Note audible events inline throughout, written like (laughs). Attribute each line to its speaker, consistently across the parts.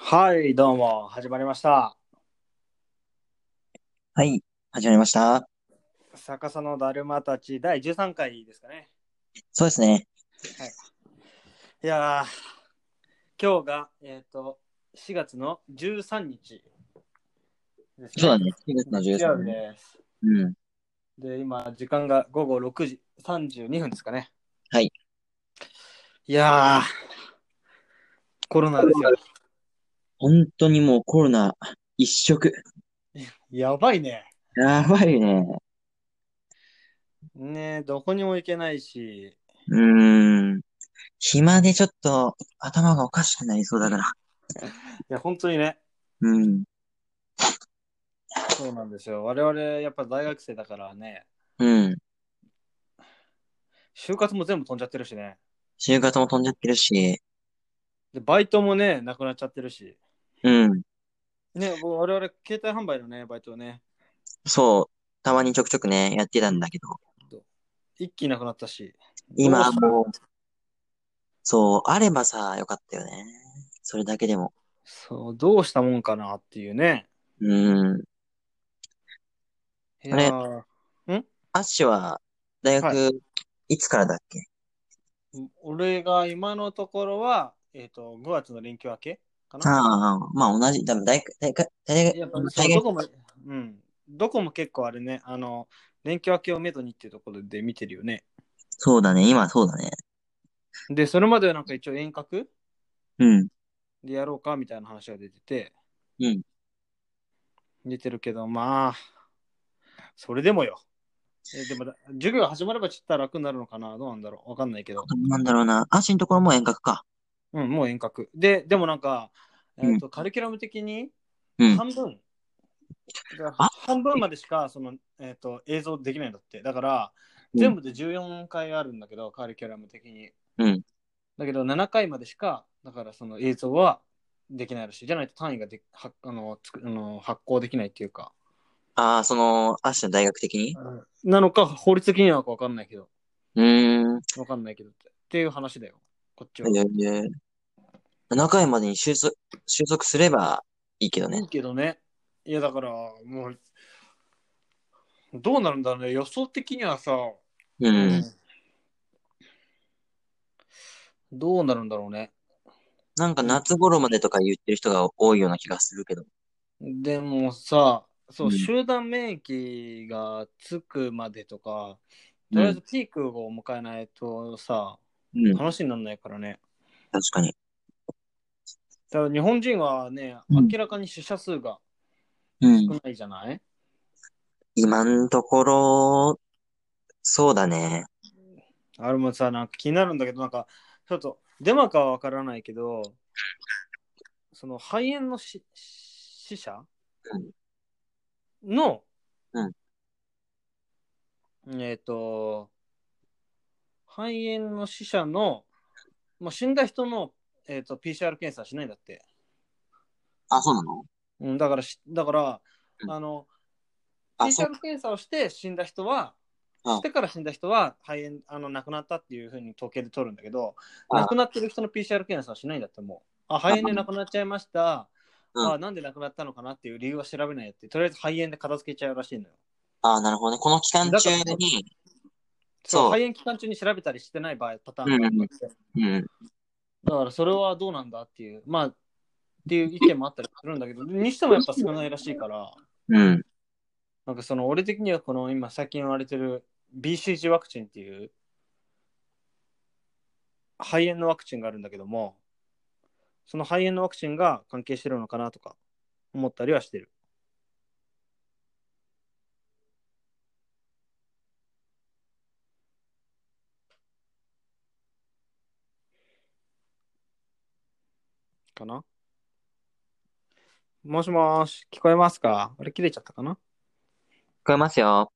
Speaker 1: はい、どうも、始まりました。
Speaker 2: はい、始まりました。
Speaker 1: 逆さのだるまたち第13回ですかね。
Speaker 2: そうですね。
Speaker 1: いやー、今日が、えっ、と、4月の13日です
Speaker 2: そうだね。4月の
Speaker 1: 日
Speaker 2: 13
Speaker 1: 曜
Speaker 2: 日
Speaker 1: 日
Speaker 2: ね。
Speaker 1: です。
Speaker 2: うん。
Speaker 1: で、今、時間が午後6時32分ですかね。
Speaker 2: はい。
Speaker 1: いやー、コロナですよ。
Speaker 2: 本当にもうコロナ一色。
Speaker 1: やばいね。
Speaker 2: やばいね。
Speaker 1: ねどこにも行けないし、
Speaker 2: うーん。暇でちょっと頭がおかしくなりそうだから。
Speaker 1: いや、本当にね、
Speaker 2: うん。
Speaker 1: そうなんですよ。我々、やっぱ大学生だからね、
Speaker 2: うん。
Speaker 1: 就活も全部飛んじゃってるしね。
Speaker 2: 就活も飛んじゃってるし。
Speaker 1: で、バイトもね、なくなっちゃってるし。
Speaker 2: うん。
Speaker 1: ね、もう我々、携帯販売のね、バイトをね、
Speaker 2: そう。たまにちょくちょくね、やってたんだけど。
Speaker 1: 一気になくなったし。
Speaker 2: 今
Speaker 1: どうし
Speaker 2: もう、そう、あればさ、よかったよね。それだけでも。
Speaker 1: そう、どうしたもんかなっていうね。
Speaker 2: うん。
Speaker 1: い
Speaker 2: あれ
Speaker 1: やー
Speaker 2: アッシュは、大学、、
Speaker 1: はい
Speaker 2: つからだっけ
Speaker 1: 俺が今のところは、えっ、と、5月の連休明けかな。
Speaker 2: ああ、まあ同じ、多分大学、大学、大学、
Speaker 1: やっぱそう
Speaker 2: 大
Speaker 1: ど
Speaker 2: 学、
Speaker 1: こも、うん。どこも結構あれね、あの、連休明けをめどにっていうところで見てるよね。
Speaker 2: そうだね、今そうだね。
Speaker 1: で、それまではなんか一応遠隔
Speaker 2: うん。
Speaker 1: でやろうかみたいな話が出てて、
Speaker 2: うん。
Speaker 1: 出てるけど、まあ、それでもよ。えでもだ、授業が始まればちょっと楽になるのかなどうなんだろうわかんないけど。
Speaker 2: なんだろうな。アッシュのところも遠隔か。
Speaker 1: うん、もう遠隔。で、でもなんか、え
Speaker 2: うん
Speaker 1: ーとカリキュラム的に
Speaker 2: うん
Speaker 1: 半分、だから
Speaker 2: あ
Speaker 1: 半分までしかその、えー、と映像できないんだって。だから、
Speaker 2: うん
Speaker 1: 全部で14回あるんだけど、カリキュラム的に。
Speaker 2: うん。
Speaker 1: だけど、7回までしか、だからその映像はできないらしい。じゃないと単位がではあのつくあの発行できないっていうか。
Speaker 2: ああ、その、アッシュの大学的に
Speaker 1: なのか、法律的にはわかんないけど。
Speaker 2: うーん。
Speaker 1: わかんないけどって。っていう話だよ。こっちは。
Speaker 2: えー7回までに収束、収束すればいいけど
Speaker 1: い
Speaker 2: ね
Speaker 1: い。けどね。いや、だから、もう、どうなるんだろうね。予想的にはさ、
Speaker 2: う。
Speaker 1: うんどうなるんだろうね。
Speaker 2: なんか夏頃までとか言ってる人が多いような気がするけど。
Speaker 1: でもさ、そう、
Speaker 2: うん
Speaker 1: 集団免疫がつくまでとか、
Speaker 2: うん
Speaker 1: とりあえずピークを迎えないとさ、
Speaker 2: うん。確
Speaker 1: 話にならないからね。
Speaker 2: かに。
Speaker 1: ただ日本人はね、
Speaker 2: うん
Speaker 1: 明らかに死者数が
Speaker 2: うん。
Speaker 1: 少ないじゃない、
Speaker 2: 今のところ、そうだね。
Speaker 1: あれもさ、なんか気になるんだけど、なんか、ちょっと、デマかはわからないけど、その肺炎のし死者の、
Speaker 2: うん
Speaker 1: えっ、と、肺炎の死者の、まあ、死んだ人の、えー、と PCR 検査はしないんだって。
Speaker 2: あ、そうなの
Speaker 1: うん、だからし、だから、
Speaker 2: うん
Speaker 1: あの、
Speaker 2: あ、そう
Speaker 1: PCR 検査をして死んだ人は、
Speaker 2: あ
Speaker 1: してから死んだ人は肺炎あの亡くなったっていうふうに統計で取るんだけど、
Speaker 2: あ
Speaker 1: 亡くなってる人の PCR 検査はしないんだってもう。あ、肺炎で亡くなっちゃいました。
Speaker 2: うん
Speaker 1: あなんで亡くなったのかなっていう理由は調べないやって、とりあえず肺炎で片付けちゃうらしいのよ。
Speaker 2: ああ、なるほどね。この期間
Speaker 1: だか
Speaker 2: 中
Speaker 1: ら
Speaker 2: に、
Speaker 1: そう
Speaker 2: そう
Speaker 1: 肺炎期間中に調べたりしてない場合、パターンがあるんだって
Speaker 2: うん。
Speaker 1: だからそれはどうなんだっていう、まあ、っていう意見もあったりするんだけど、にしてもやっぱ少ないらしいから、
Speaker 2: うん。
Speaker 1: なんかその俺的にはこの今最近言われてる BCG ワクチンっていう肺炎のワクチンがあるんだけども、その肺炎のワクチンが関係してるのかなとか思ったりはしてる。かなもしもーし、聞こえますかあれ切れちゃったかな
Speaker 2: 聞こえますよ。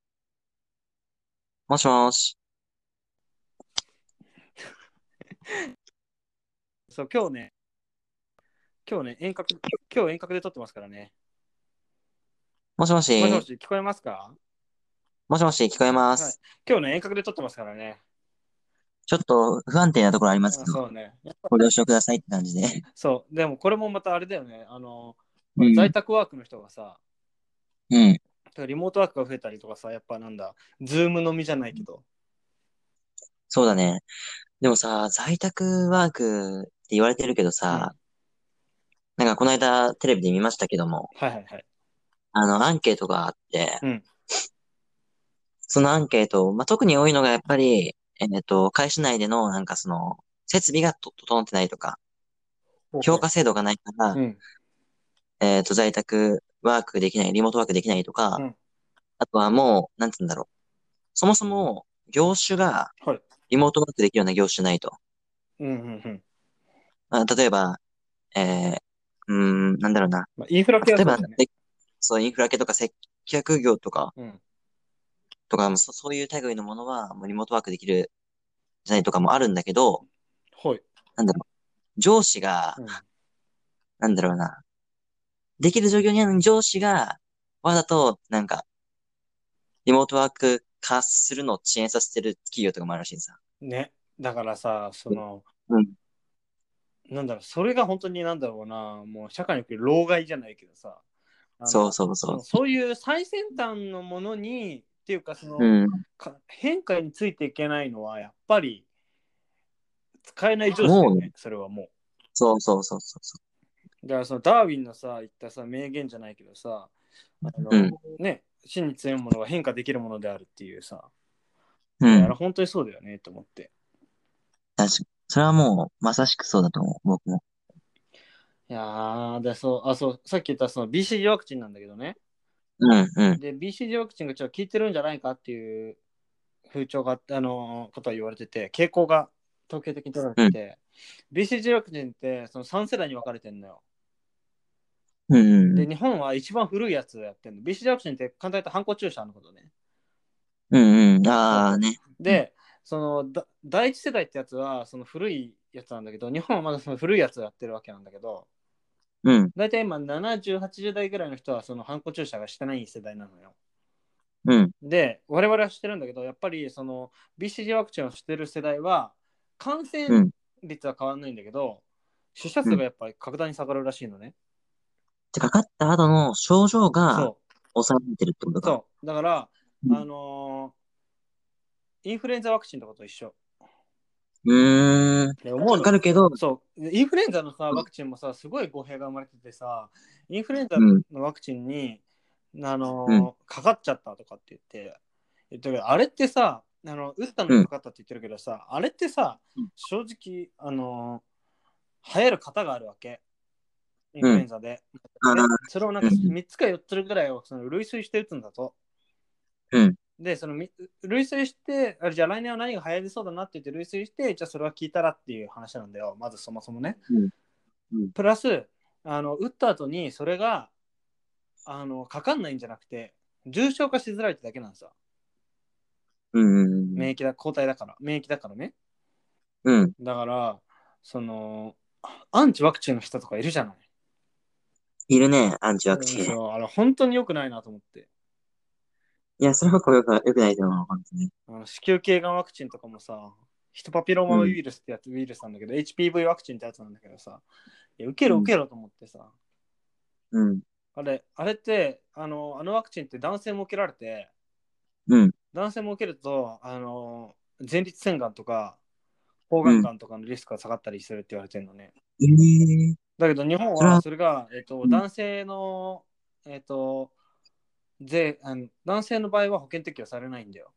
Speaker 2: もしもし。
Speaker 1: そう、今日ね、今日ね、遠隔、今日遠隔で撮ってますからね。
Speaker 2: もしもし。
Speaker 1: もしもし、聞こえますか
Speaker 2: もしもし、聞こえます。
Speaker 1: 今日ね、遠隔で撮ってますからね。
Speaker 2: ちょっと不安定なところありますけど、
Speaker 1: そうね。
Speaker 2: ご了承くださいって感じで。 (laughs)
Speaker 1: そう、でもこれもまたあれだよね。あの、
Speaker 2: うん。
Speaker 1: 在宅ワークの人がさ、
Speaker 2: うん。
Speaker 1: リモートワークが増えたりとかさ、やっぱなんだ、ズームのみじゃないけど。
Speaker 2: そうだね。でもさ、在宅ワークって言われてるけどさ、なんかこの間テレビで見ましたけども、
Speaker 1: はいはいはい。
Speaker 2: あの、アンケートがあって、
Speaker 1: うん
Speaker 2: そのアンケート、まあ、特に多いのがやっぱり、えっと、会社内でのなんかその、設備がと整ってないとか、評価制度がないから、
Speaker 1: うん。
Speaker 2: えっと、在宅ワークできない、リモートワークできないとか、
Speaker 1: うん
Speaker 2: あとはもう、なんつうんだろう。そもそも、業種が
Speaker 1: はい、
Speaker 2: リモートワークできるような業種ないと。
Speaker 1: うんうんうん。
Speaker 2: あ例えば、えー、うーん、なんだろうな。
Speaker 1: まあ、インフラ系
Speaker 2: 例
Speaker 1: はそう
Speaker 2: えば、
Speaker 1: だね。
Speaker 2: せそう、インフラ系とか接客業とか、
Speaker 1: うん。
Speaker 2: とかもそ、そういう類のものは、もうリモートワークできるじゃないとかもあるんだけど、
Speaker 1: はい。
Speaker 2: なんだろう。上司が、
Speaker 1: うん
Speaker 2: なんだろうな。できる状況にある上司が、わざと、なんか、リモートワーク化するのを遅延させてる企業とかもあるらしいさ。
Speaker 1: ね。だからさ、その、
Speaker 2: うん
Speaker 1: なんだろう、それが本当になんだろうな、もう社会における老害じゃないけどさ。あの
Speaker 2: そうそうそ。
Speaker 1: そうそういう最先端のものに、っていうかその、
Speaker 2: うん。
Speaker 1: か変化についていけないのは、やっぱり、使えない上司だよ
Speaker 2: もう
Speaker 1: ね、それはも。
Speaker 2: そうそうそうそうそう
Speaker 1: だからそのダーウィンのさ、言ったさ、名言じゃないけどさ、あの
Speaker 2: うん
Speaker 1: ね、真に強いものは変化できるものであるっていうさ、
Speaker 2: う。う
Speaker 1: だ
Speaker 2: ん
Speaker 1: か。ら本当にそうだよね、と思って。
Speaker 2: 確かに。それはもう、まさしくそうだと思う、僕も。
Speaker 1: いやーでそうあそうさっき言ったその BCG ワクチンなんだけどね、
Speaker 2: うん、う
Speaker 1: (laughs)
Speaker 2: ん、
Speaker 1: で BCG ワクチンがちょっと効いてるんじゃないかっていう風潮があってあのーことは言われてて傾向が統計的に取られてて、BCG ワクチンってその3世代に分かれてんのよ
Speaker 2: うん、うん
Speaker 1: で日本は一番古いやつやってんの BCG ワクチンって簡単に言うと反抗注射のことね
Speaker 2: うん、うん、ああね。
Speaker 1: でそのだ第一世代ってやつはその古いやつなんだけど日本はまだその古いやつをやってるわけなんだけど
Speaker 2: うん、
Speaker 1: 大体今7080代ぐらいの人はその反抗注射がしてない世代なのよ
Speaker 2: うん、
Speaker 1: で、我々は知ってるんだけど、やっぱりその BCG ワクチンをしてる世代は、感
Speaker 2: う
Speaker 1: 染
Speaker 2: ん。
Speaker 1: 率は変わらないんだけど、死者数がやっぱり格段に下がるらしいのね。
Speaker 2: で、かかった後の症状が
Speaker 1: そ
Speaker 2: 抑えられてるってこと
Speaker 1: う、
Speaker 2: か。
Speaker 1: そう。だから、
Speaker 2: うん
Speaker 1: あのーインフルエンザワクチンとかと一緒。
Speaker 2: うーん。
Speaker 1: で思う
Speaker 2: か
Speaker 1: の
Speaker 2: かるけど、
Speaker 1: そう。でインフルエンザのさ、ワクチンもさ、すごい語弊が生まれててさ、インフルエンザ
Speaker 2: うん、
Speaker 1: のワクチンに、あの
Speaker 2: う
Speaker 1: かかっちゃったとかって言って、言ってるけど、あれってさ、あの打ったのにかかったって言ってるけどさ、あれってさ
Speaker 2: うん、
Speaker 1: 正直、あの流行る方があるわけ。インフルエンザで。
Speaker 2: あ
Speaker 1: で
Speaker 2: ー
Speaker 1: それをなんか
Speaker 2: うん
Speaker 1: 3つか4つぐらいをその類推して打つんだと。
Speaker 2: うん
Speaker 1: で、そのみ類推して、あれじゃあ来年は何が流行りそうだなって言って類推して、じゃあそれは聞いたらっていう話なんだよ。まずそもそもね。
Speaker 2: うんうん
Speaker 1: プラス、あの打った後にそれがあのかかんないんじゃなくて、重症化しづらいってだけなんですよ。
Speaker 2: うん、うん、うん
Speaker 1: 免疫だ、抗体だから、免疫だからね。
Speaker 2: うん。
Speaker 1: だから、その、アンチワクチンの人とかいるじゃない。
Speaker 2: いるね、アンチワクチン。い
Speaker 1: そうあれ本当に良くないなと思って。
Speaker 2: や、それはこうよく、よくないと思う、本当に。
Speaker 1: あの子宮頸がんワクチンとかもさ、ヒトパピローマウイルスってやつ、ウイルスなんだけど、HPV ワクチンってやつなんだけどさ、いや受けろ
Speaker 2: うん
Speaker 1: 受けろと思ってさ、
Speaker 2: うん、
Speaker 1: あれ、あれって、あの、あのワクチンって男性も受けられて、
Speaker 2: うん、
Speaker 1: 男性も受けると、あの、前立腺がんとか、抗がんがんとかのリスクが下がったりするって言われてるのね。
Speaker 2: ええ
Speaker 1: だけど日本
Speaker 2: それ
Speaker 1: は
Speaker 2: は
Speaker 1: それが、えっと
Speaker 2: うん
Speaker 1: 男性の、えっと税あの男性の場合は保険適用されないんだよ。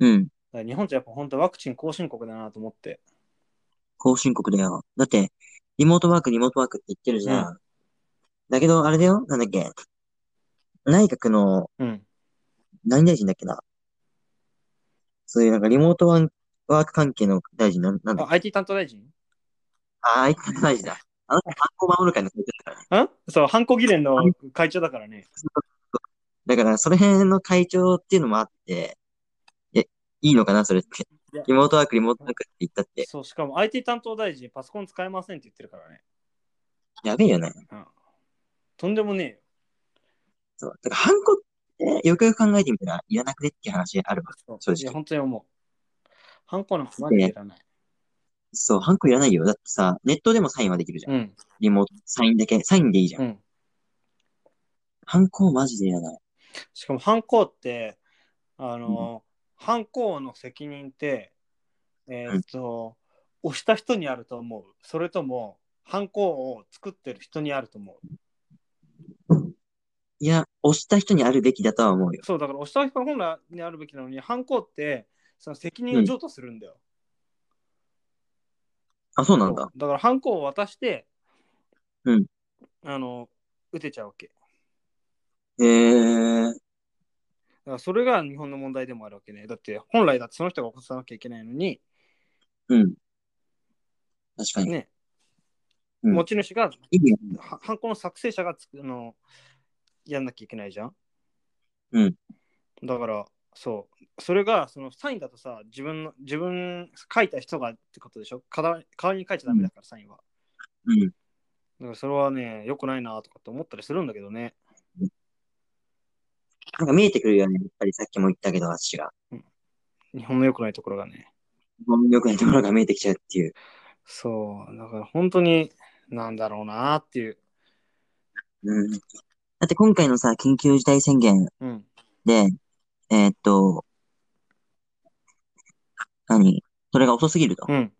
Speaker 2: うん。
Speaker 1: だから日本じゃやっぱ本当ワクチン後進国だなと思って。
Speaker 2: 後進国だよ。だって、リモートワーク、リモートワークって言ってるじゃん。だけど、あれだよ、なんだっけ。内閣の
Speaker 1: うん。
Speaker 2: 何大臣だっけな。そういうなんかリモートワンワーク関係の大臣なん、なんだっ
Speaker 1: あ
Speaker 2: け
Speaker 1: IT 担当大臣
Speaker 2: ああ、いつ大臣だ。あの人、発行守る会の会長だからね。
Speaker 1: んそう、犯行議連の会長だからね。
Speaker 2: だから、その辺の会長っていうのもあって、え、いいのかな、それって
Speaker 1: いや。
Speaker 2: リモートワーク、リモートワークって言ったって、
Speaker 1: そう、しかも IT 担当大臣パソコン使えませんって言ってるからね。
Speaker 2: やべえよね。
Speaker 1: うん。とんでもねえよ。
Speaker 2: そう。だから、ハンコって、よくよく考えてみたら、いらなくねっていう話あるわ。
Speaker 1: そう
Speaker 2: そうです
Speaker 1: いや、本当に思う。ハンコなんかマジでいらない。
Speaker 2: そう、ハンコいらないよ。だってさ、ネットでもサインはできるじゃん。
Speaker 1: うん。
Speaker 2: リモート、サインだけ、サインでいいじゃん。
Speaker 1: うん。
Speaker 2: ハンコマジでいらない。
Speaker 1: しかも、ハンコって、あの、ハンコの責任って、えーっと、押した人にあると思う。それとも、ハンコを作ってる人にあると思う。
Speaker 2: いや、押した人にあるべきだとは思うよ。
Speaker 1: そう、だから押した人本来にあるべきなのに、ハンコって、その責任を譲渡するんだよ。
Speaker 2: あ、そうなんだ
Speaker 1: そ。うだからハンコを渡して、
Speaker 2: うん
Speaker 1: あの、打てちゃうわけ。だ
Speaker 2: へえー。
Speaker 1: からそれが日本の問題でもあるわけね。だって本来だってその人が起こさなきゃいけないのに、
Speaker 2: うん。確かに。
Speaker 1: ね、
Speaker 2: うん
Speaker 1: 持ち主が、
Speaker 2: 意味が
Speaker 1: はハンコの作成者がつくあのやんなきゃいけないじゃん。
Speaker 2: うん。
Speaker 1: だから、そう。それが、そのサインだとさ、自分の、自分、書いた人がってことでしょ代わり代わりに書いちゃダメだから、サインは。
Speaker 2: ないうん。
Speaker 1: だからそれはね、良くないなとかって思ったりするんだけどね。
Speaker 2: なんか見えてくるよね。やっぱりさっきも言ったけど、私が。
Speaker 1: 日本の良くないところがね。
Speaker 2: よくないところが見えてきちゃうっていう。
Speaker 1: そう、だから本当に、なんだろうなっていう。
Speaker 2: うん。だって今回のさ、緊急事態宣言
Speaker 1: うん。
Speaker 2: で、えーっと、何それが遅すぎると。
Speaker 1: うん。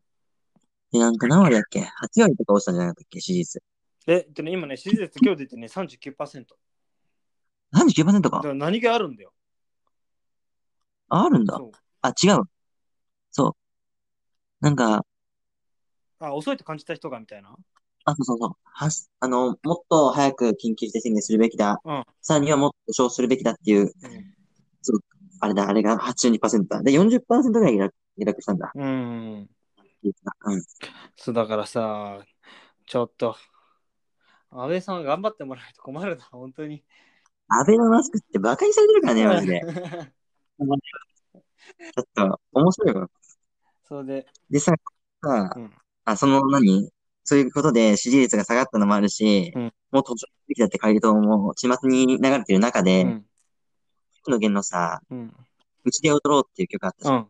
Speaker 2: で、なんか何割だっけ ?8 割とか落ちたんじゃなかったっけ支持率。
Speaker 1: え、でも今ね、支持率今日出てね、39%。
Speaker 2: 39%
Speaker 1: だ
Speaker 2: か
Speaker 1: から何があるんだよ。
Speaker 2: あ、あるんだ。
Speaker 1: そう。
Speaker 2: あ、違う。そう。なんか、
Speaker 1: あ、遅いと感じた人がみたいな。
Speaker 2: あ、そうそうそう。はす、あの、もっと早く緊急事態宣言するべきだ。
Speaker 1: うん
Speaker 2: さらにはもっと保障するべきだっていう、あれだ、あれが82%だ。で、40%ぐらい下落下落したんだ。
Speaker 1: うん。うん。
Speaker 2: うん。
Speaker 1: そう、だからさ、ちょっと、安倍さん頑張ってもらえないと困るな、本当に。
Speaker 2: アベノマスクって馬鹿にされてるからね、マ
Speaker 1: (laughs)
Speaker 2: ジで。ちょっと、面白いわ。
Speaker 1: それで、
Speaker 2: でさ、さ
Speaker 1: うん
Speaker 2: あ、その何そういうことで支持率が下がったのもあるし、
Speaker 1: うん
Speaker 2: もう途中べきだって回答もう、ま末に流れてる中
Speaker 1: う
Speaker 2: で、
Speaker 1: ん。
Speaker 2: 僕の弦のさ、
Speaker 1: うん。
Speaker 2: うちで踊ろうっていう曲あったじゃ。
Speaker 1: うんん。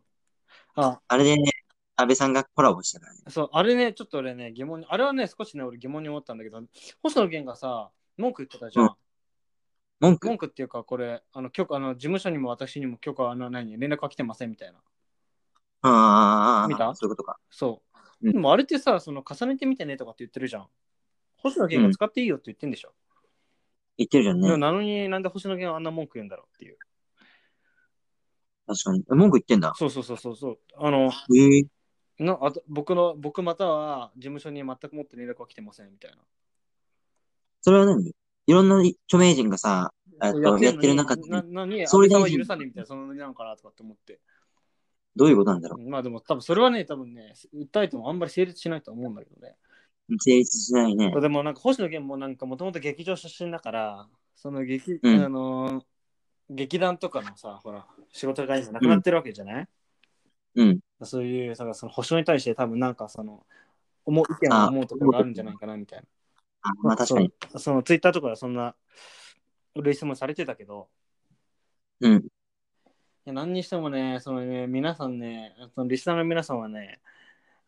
Speaker 1: あ、
Speaker 2: あれで、安倍さんがコラボしたからね。
Speaker 1: そう、あれね、ちょっと俺ね、疑問に、あれはね、少しね、俺疑問に思ったんだけど、星野源がさ、文句言ってたじゃん。
Speaker 2: うん文句
Speaker 1: 文句っていうか、これ、あの、許可、あの、事務所にも私にも許可、あの、何、連絡が来てませんみたいな。
Speaker 2: ああ、
Speaker 1: 見た
Speaker 2: そういうことか。
Speaker 1: そう。
Speaker 2: うん
Speaker 1: でも、あれってさ、その、重ねてみてねとかって言ってるじゃん。星野源が使っていいよって言ってんでしょ。
Speaker 2: 言ってるじゃんね
Speaker 1: でも。なのになんで星野源はあんな文句言うんだろうっていう。
Speaker 2: 確かに。え文句言ってんだ。
Speaker 1: そうそうそうそうそう。あの、
Speaker 2: ええ
Speaker 1: なあと僕の、僕または事務所に全くもって連絡が来てませんみたいな。
Speaker 2: それは何いろんな著名人がさ、えっと
Speaker 1: そう
Speaker 2: やってる中
Speaker 1: で
Speaker 2: で。
Speaker 1: な何、安
Speaker 2: 総
Speaker 1: 倍
Speaker 2: 理
Speaker 1: さん
Speaker 2: 大
Speaker 1: は
Speaker 2: 臣
Speaker 1: 許さねえみたいな、そんななのかなとかって思って。
Speaker 2: どういうことなんだろ
Speaker 1: まあでも、多分それはね、多分ね、訴えてもあんまり成立しないと思うんだけどね。
Speaker 2: う。成立しないね
Speaker 1: そう。でもなんか星野源もなんかもともと劇場出身だから、その劇、
Speaker 2: うん
Speaker 1: あのー劇団とかのさ、ほら、仕事が今なくなってるわけじゃない、
Speaker 2: うん。
Speaker 1: そういう、だからその保証に対して多分なんかその、思う意見を思うところがあるんじゃないかなみたいな。
Speaker 2: あまあ確かに。
Speaker 1: そう。そのツイッターとかでそんな、類推もされてたけど、
Speaker 2: うん。
Speaker 1: いや何にしてもね、そのね、皆さんね、そのリスナーの皆さんはね、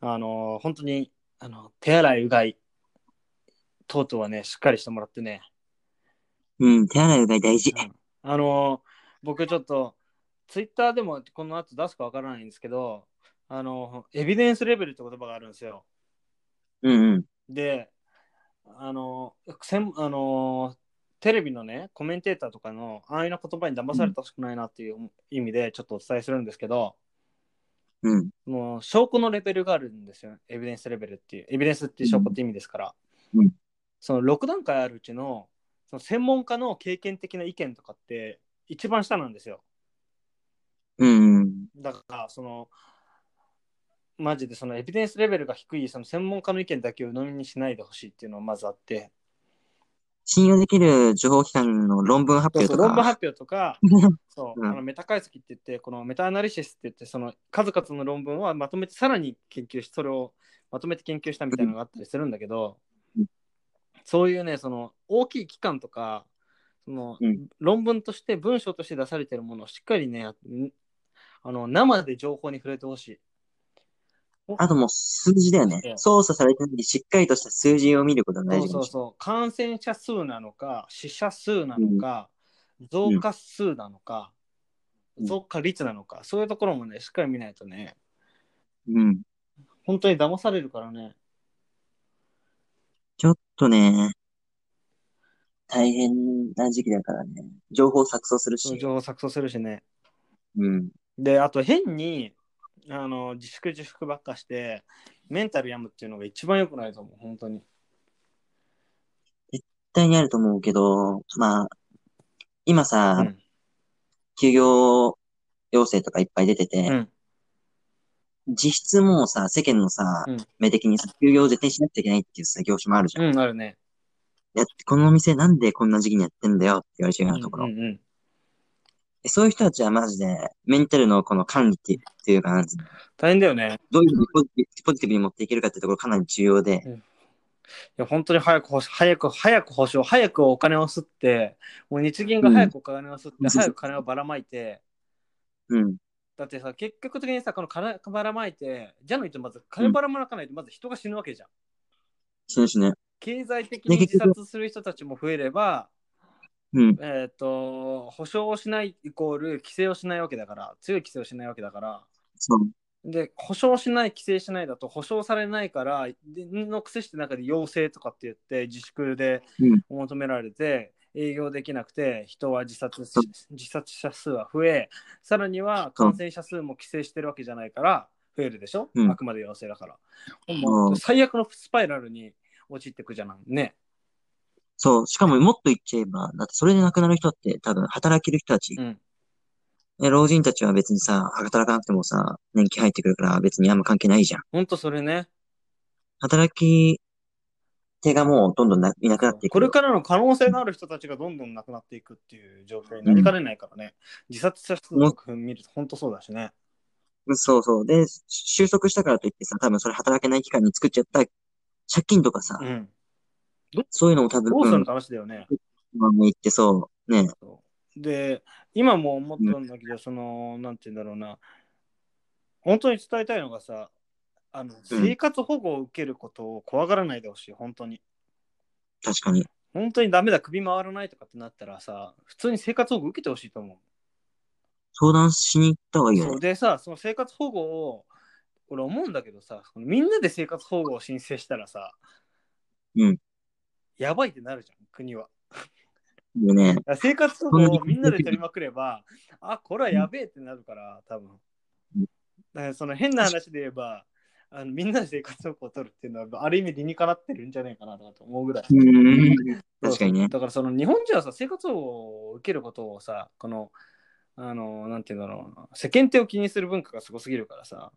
Speaker 1: あのー本当に、あの、手洗い、うがい、等々はね、しっかりしてもらってね、
Speaker 2: うん。手洗いうがい大事。
Speaker 1: あの僕ちょっとツイッターでもこの後出すかわからないんですけどあのエビデンスレベルって言葉があるんですよ
Speaker 2: うんうん。
Speaker 1: であのせんあのテレビのねコメンテーターとかの安易な言葉に騙されてほしくないなっていう意味でちょっとお伝えするんですけど
Speaker 2: うん。
Speaker 1: もう証拠のレベルがあるんですよエビデンスレベルっていうエビデンスっていう証拠って意味ですから、
Speaker 2: うん
Speaker 1: その6段階あるうちのその専門家の経験的な意見とかって一番下なんですよ
Speaker 2: うんうん。
Speaker 1: だからそのマジでそのエビデンスレベルが低いその専門家の意見だけを鵜呑みにしないでほしいっていうのはまずあって
Speaker 2: 信用できる情報機関の論文発
Speaker 1: そうそう
Speaker 2: 表と
Speaker 1: 論文
Speaker 2: か。
Speaker 1: 発表とかそう、
Speaker 2: うん
Speaker 1: あのメタ解析って言ってこのメタアナリシスって言ってその数々の論文はまとめてさらに研究しそれをまとめて研究したみたいなのがあったりするんだけど、
Speaker 2: うん
Speaker 1: そういうねその大きい機関とかその
Speaker 2: うん
Speaker 1: 論文として文章として出されてるものをしっかりねあの生で情報に触れてほしい
Speaker 2: あともう数字だよね
Speaker 1: う。ん
Speaker 2: 操作されてないしっかりとした数字を見ることが大
Speaker 1: そうそ
Speaker 2: 事かも
Speaker 1: う
Speaker 2: しれない。
Speaker 1: そう。感染者数なのか、死者数なのか、増加数なのか、
Speaker 2: うん
Speaker 1: 増加率なのか、そういうところもね、しっかり見ないとね、
Speaker 2: うん。
Speaker 1: 本当に騙されるからね。
Speaker 2: ちょっとね、大変な時期だからね。情報錯綜するし。
Speaker 1: 情報錯綜するしね。
Speaker 2: うん。
Speaker 1: で、あと変に、あの、自粛自粛ばっかして、メンタル病むっていうのが一番良くないと思う、本当に。
Speaker 2: 絶対にあると思うけど、まあ、今
Speaker 1: う
Speaker 2: さ、
Speaker 1: ん。
Speaker 2: 休業要請とかいっぱい出て
Speaker 1: う
Speaker 2: て、
Speaker 1: ん。
Speaker 2: 実質もうさ、世間のさ
Speaker 1: うん、
Speaker 2: 目的にさ、休業を絶対にしなくちゃいけないっていうさ、業種もあるじゃん。い
Speaker 1: うん、あるね。
Speaker 2: や、この店なんでこんな時期にやってんだよって言われちゃう
Speaker 1: う
Speaker 2: ようんなとこ
Speaker 1: う
Speaker 2: ろ。
Speaker 1: んうん。
Speaker 2: そういう人たちはマジで、メンタルのこの管理ってっていうかなんつうの、
Speaker 1: 大変だよね。
Speaker 2: どういうふうにポジティブポジティブに持っていけるかっていうところかなり重要で、
Speaker 1: いや、本当に早く保証、早く、早く保証、早くお金を吸って、もう日銀が早くお金を吸って、
Speaker 2: うん
Speaker 1: 早く金をばらまいて、
Speaker 2: うん。
Speaker 1: だってさ、結局的にさ、この金ばらまいて、じゃないとまず金ばらまかないと、まず人が死ぬわけじゃん。
Speaker 2: 死ぬ死ぬ。
Speaker 1: 経済的に自殺する人たちも増えれば、
Speaker 2: うん。
Speaker 1: えっ、と、保証をしないイコール規制をしないわけだから、強い規制をしないわけだから、
Speaker 2: そう。
Speaker 1: で、保証しない、規制しないだと、保証されないから、でのくせして中で要請とかって言って、自粛で
Speaker 2: うん
Speaker 1: 求められて、営業できなくて、人は自殺し
Speaker 2: そう
Speaker 1: 自殺者数は増え、さらには感染者数も規制してるわけじゃないから、増えるでしょ、
Speaker 2: うん
Speaker 1: あくまで要請だから。もう最悪のスパイラルに陥ってくじゃないね。
Speaker 2: そう。しかももっと言っちゃえば、だってそれで亡くなる人って多分働ける人たち
Speaker 1: う。ん。
Speaker 2: え老人たちは別にさ、働かなくてもさ、年金入ってくるから別にあんま関係ないじゃん。
Speaker 1: ほんとそれね。
Speaker 2: 働き手がもうどんどんないなくなっていく。
Speaker 1: これからの可能性のある人たちがどんどんなくなっていくっていう状況になりかねないからね、自殺者数の区見ると本当そうだしね。
Speaker 2: うんそうそう。で、し収束したからといってさ、多分それ働けない期間に作っちゃった借金とかさ、
Speaker 1: うん。
Speaker 2: そういうのも多分、
Speaker 1: どうする
Speaker 2: うん
Speaker 1: の話だよね。
Speaker 2: まあ、言ってそう。ね。
Speaker 1: で、今も思ったんだけど、その、なんて言うんだろうな、本当に伝えたいのがさ、あの生活保護を受けることを怖がらないでほしい、本当に。
Speaker 2: 確かに。
Speaker 1: 本当にダメだ、首回らないとかってなったらさ、普通に生活保護受けてほしいと思う。
Speaker 2: 相談しに行った方がいいよ
Speaker 1: そう
Speaker 2: ね。
Speaker 1: でさその生活保護を俺思うんだけどさそのみんなで生活保護を申請したらさ
Speaker 2: うん
Speaker 1: やばいってなるじゃん国は
Speaker 2: でもね
Speaker 1: だ。から生活保護をみんなで取りまくればあこれはやべえってなるから多分
Speaker 2: うん
Speaker 1: だからその変な話で言えばあのみんなで生活保護を取るっていうのはある意味理にかなってるんじゃないかなとか思うぐらい
Speaker 2: うん。確かにね。
Speaker 1: だからその日本人はさ生活保護を受けることをさこのあのなんて言うんだろうな世間体を気にする文化がすごすぎるからさ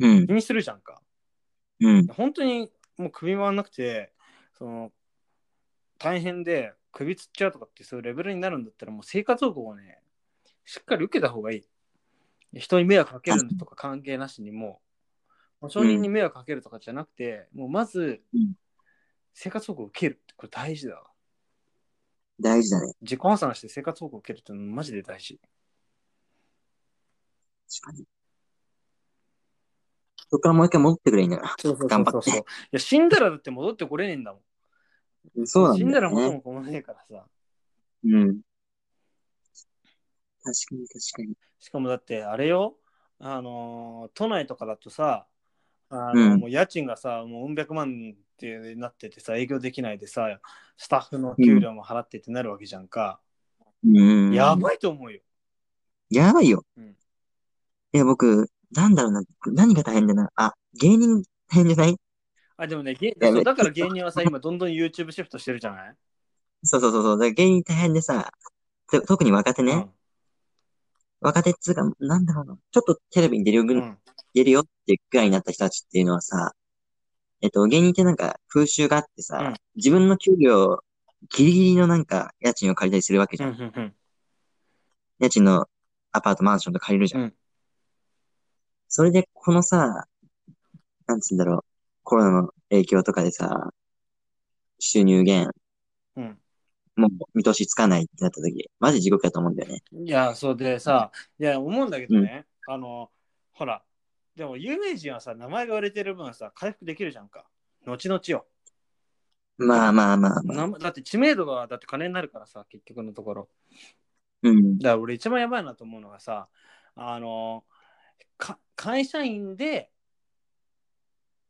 Speaker 2: うん
Speaker 1: 気。にするじゃんか
Speaker 2: うん。
Speaker 1: 本当にもう首回らなくてその大変で首つっちゃうとかってそういうレベルになるんだったらもう生活保護をねしっかり受けた方がいい人に迷惑かけるのとか関係なしにもう承認に迷惑かけるとかじゃなくて、もうまず
Speaker 2: うん
Speaker 1: 生活保護を受けるってこれ大事だわ
Speaker 2: 大事だね。
Speaker 1: 自己破産して生活保護を受けるってのマジで大事
Speaker 2: 確かに。そこからもう一回戻ってくれいいんだよ
Speaker 1: そうそう
Speaker 2: そうそう
Speaker 1: そういや死んだらだって戻ってこれねえんだもん
Speaker 2: な。そうなんだ
Speaker 1: 死
Speaker 2: よ、ね。
Speaker 1: んだら元も子もねえからさ
Speaker 2: うん。確かに確かに。
Speaker 1: しかもだってあれよ、あのー都内とかだとさ、あの
Speaker 2: うん
Speaker 1: もう家賃がさ、もううん百万ってなっててさ、営業できないでさ、スタッフの給料も払ってってなるわけじゃんか。
Speaker 2: うん。
Speaker 1: やばいと思うよ。
Speaker 2: やばいよ。
Speaker 1: うん
Speaker 2: いや、僕、なんだろうな、何が大変だな。あ、芸人大変じゃない
Speaker 1: あ、でもね、げ
Speaker 2: や
Speaker 1: そうだから芸人はさ、今どんどん YouTube シフトしてるじゃない、
Speaker 2: そうそうそうそう。だから芸人大変でさ、と特に若手ね、
Speaker 1: うん
Speaker 2: 若手っつうか、なんだろうな、ちょっとテレビに出るぐ、
Speaker 1: うん
Speaker 2: 出るよっていうくらいになった人たちっていうのはさ、えっと、芸人ってなんか風習があってさ、
Speaker 1: うん
Speaker 2: 自分の給料、ギリギリのなんか家賃を借りたりするわけじ
Speaker 1: う
Speaker 2: ゃ
Speaker 1: ん
Speaker 2: ん。
Speaker 1: うんうん
Speaker 2: 家賃のアパート、マンションとか借りるじゃん。
Speaker 1: うん
Speaker 2: それで、このさ、なんつうんだろう、コロナの影響とかでさ、収入減、
Speaker 1: うん
Speaker 2: もう見通しつかないってなった時、マジ地獄だと思うんだよね。
Speaker 1: いや、そうでさ、いや、思うんだけどね、あの、ほら、でも有名人はさ、名前が売れてる分さ、回復できるじゃんか。後々よ。
Speaker 2: まあまあまあまあ。
Speaker 1: なだって知名度がだって金になるからさ、結局のところ。
Speaker 2: うん。
Speaker 1: だから俺一番やばいなと思うのがさ、あの、か会社員で、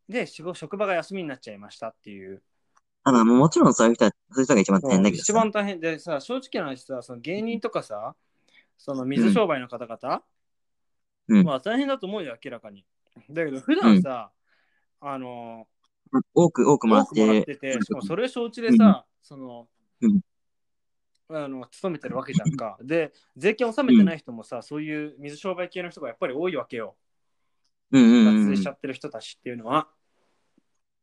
Speaker 1: で、仕事、職場が休みになっちゃいましたっていう
Speaker 2: あまあ、もちろんそういう人は、そういう人が一番大変だけど
Speaker 1: 一
Speaker 2: さ。
Speaker 1: 番大変でさ正直な話さその芸人とかさその水商売の方々、
Speaker 2: うん
Speaker 1: まあ大変だと思うよ明らかにだけど普段さ、あの
Speaker 2: 多く、多くもらっ。
Speaker 1: 多くもらってててしかもそれを承知でさ、その、
Speaker 2: うん
Speaker 1: あの勤めてるわけじゃんかで税金納めてない人もさ、そういう水商売系の人がやっぱり多いわけよ
Speaker 2: うんうん
Speaker 1: 脱
Speaker 2: うんう
Speaker 1: 税
Speaker 2: ん。
Speaker 1: しちゃ
Speaker 2: 確
Speaker 1: ってる人たちっていうのは、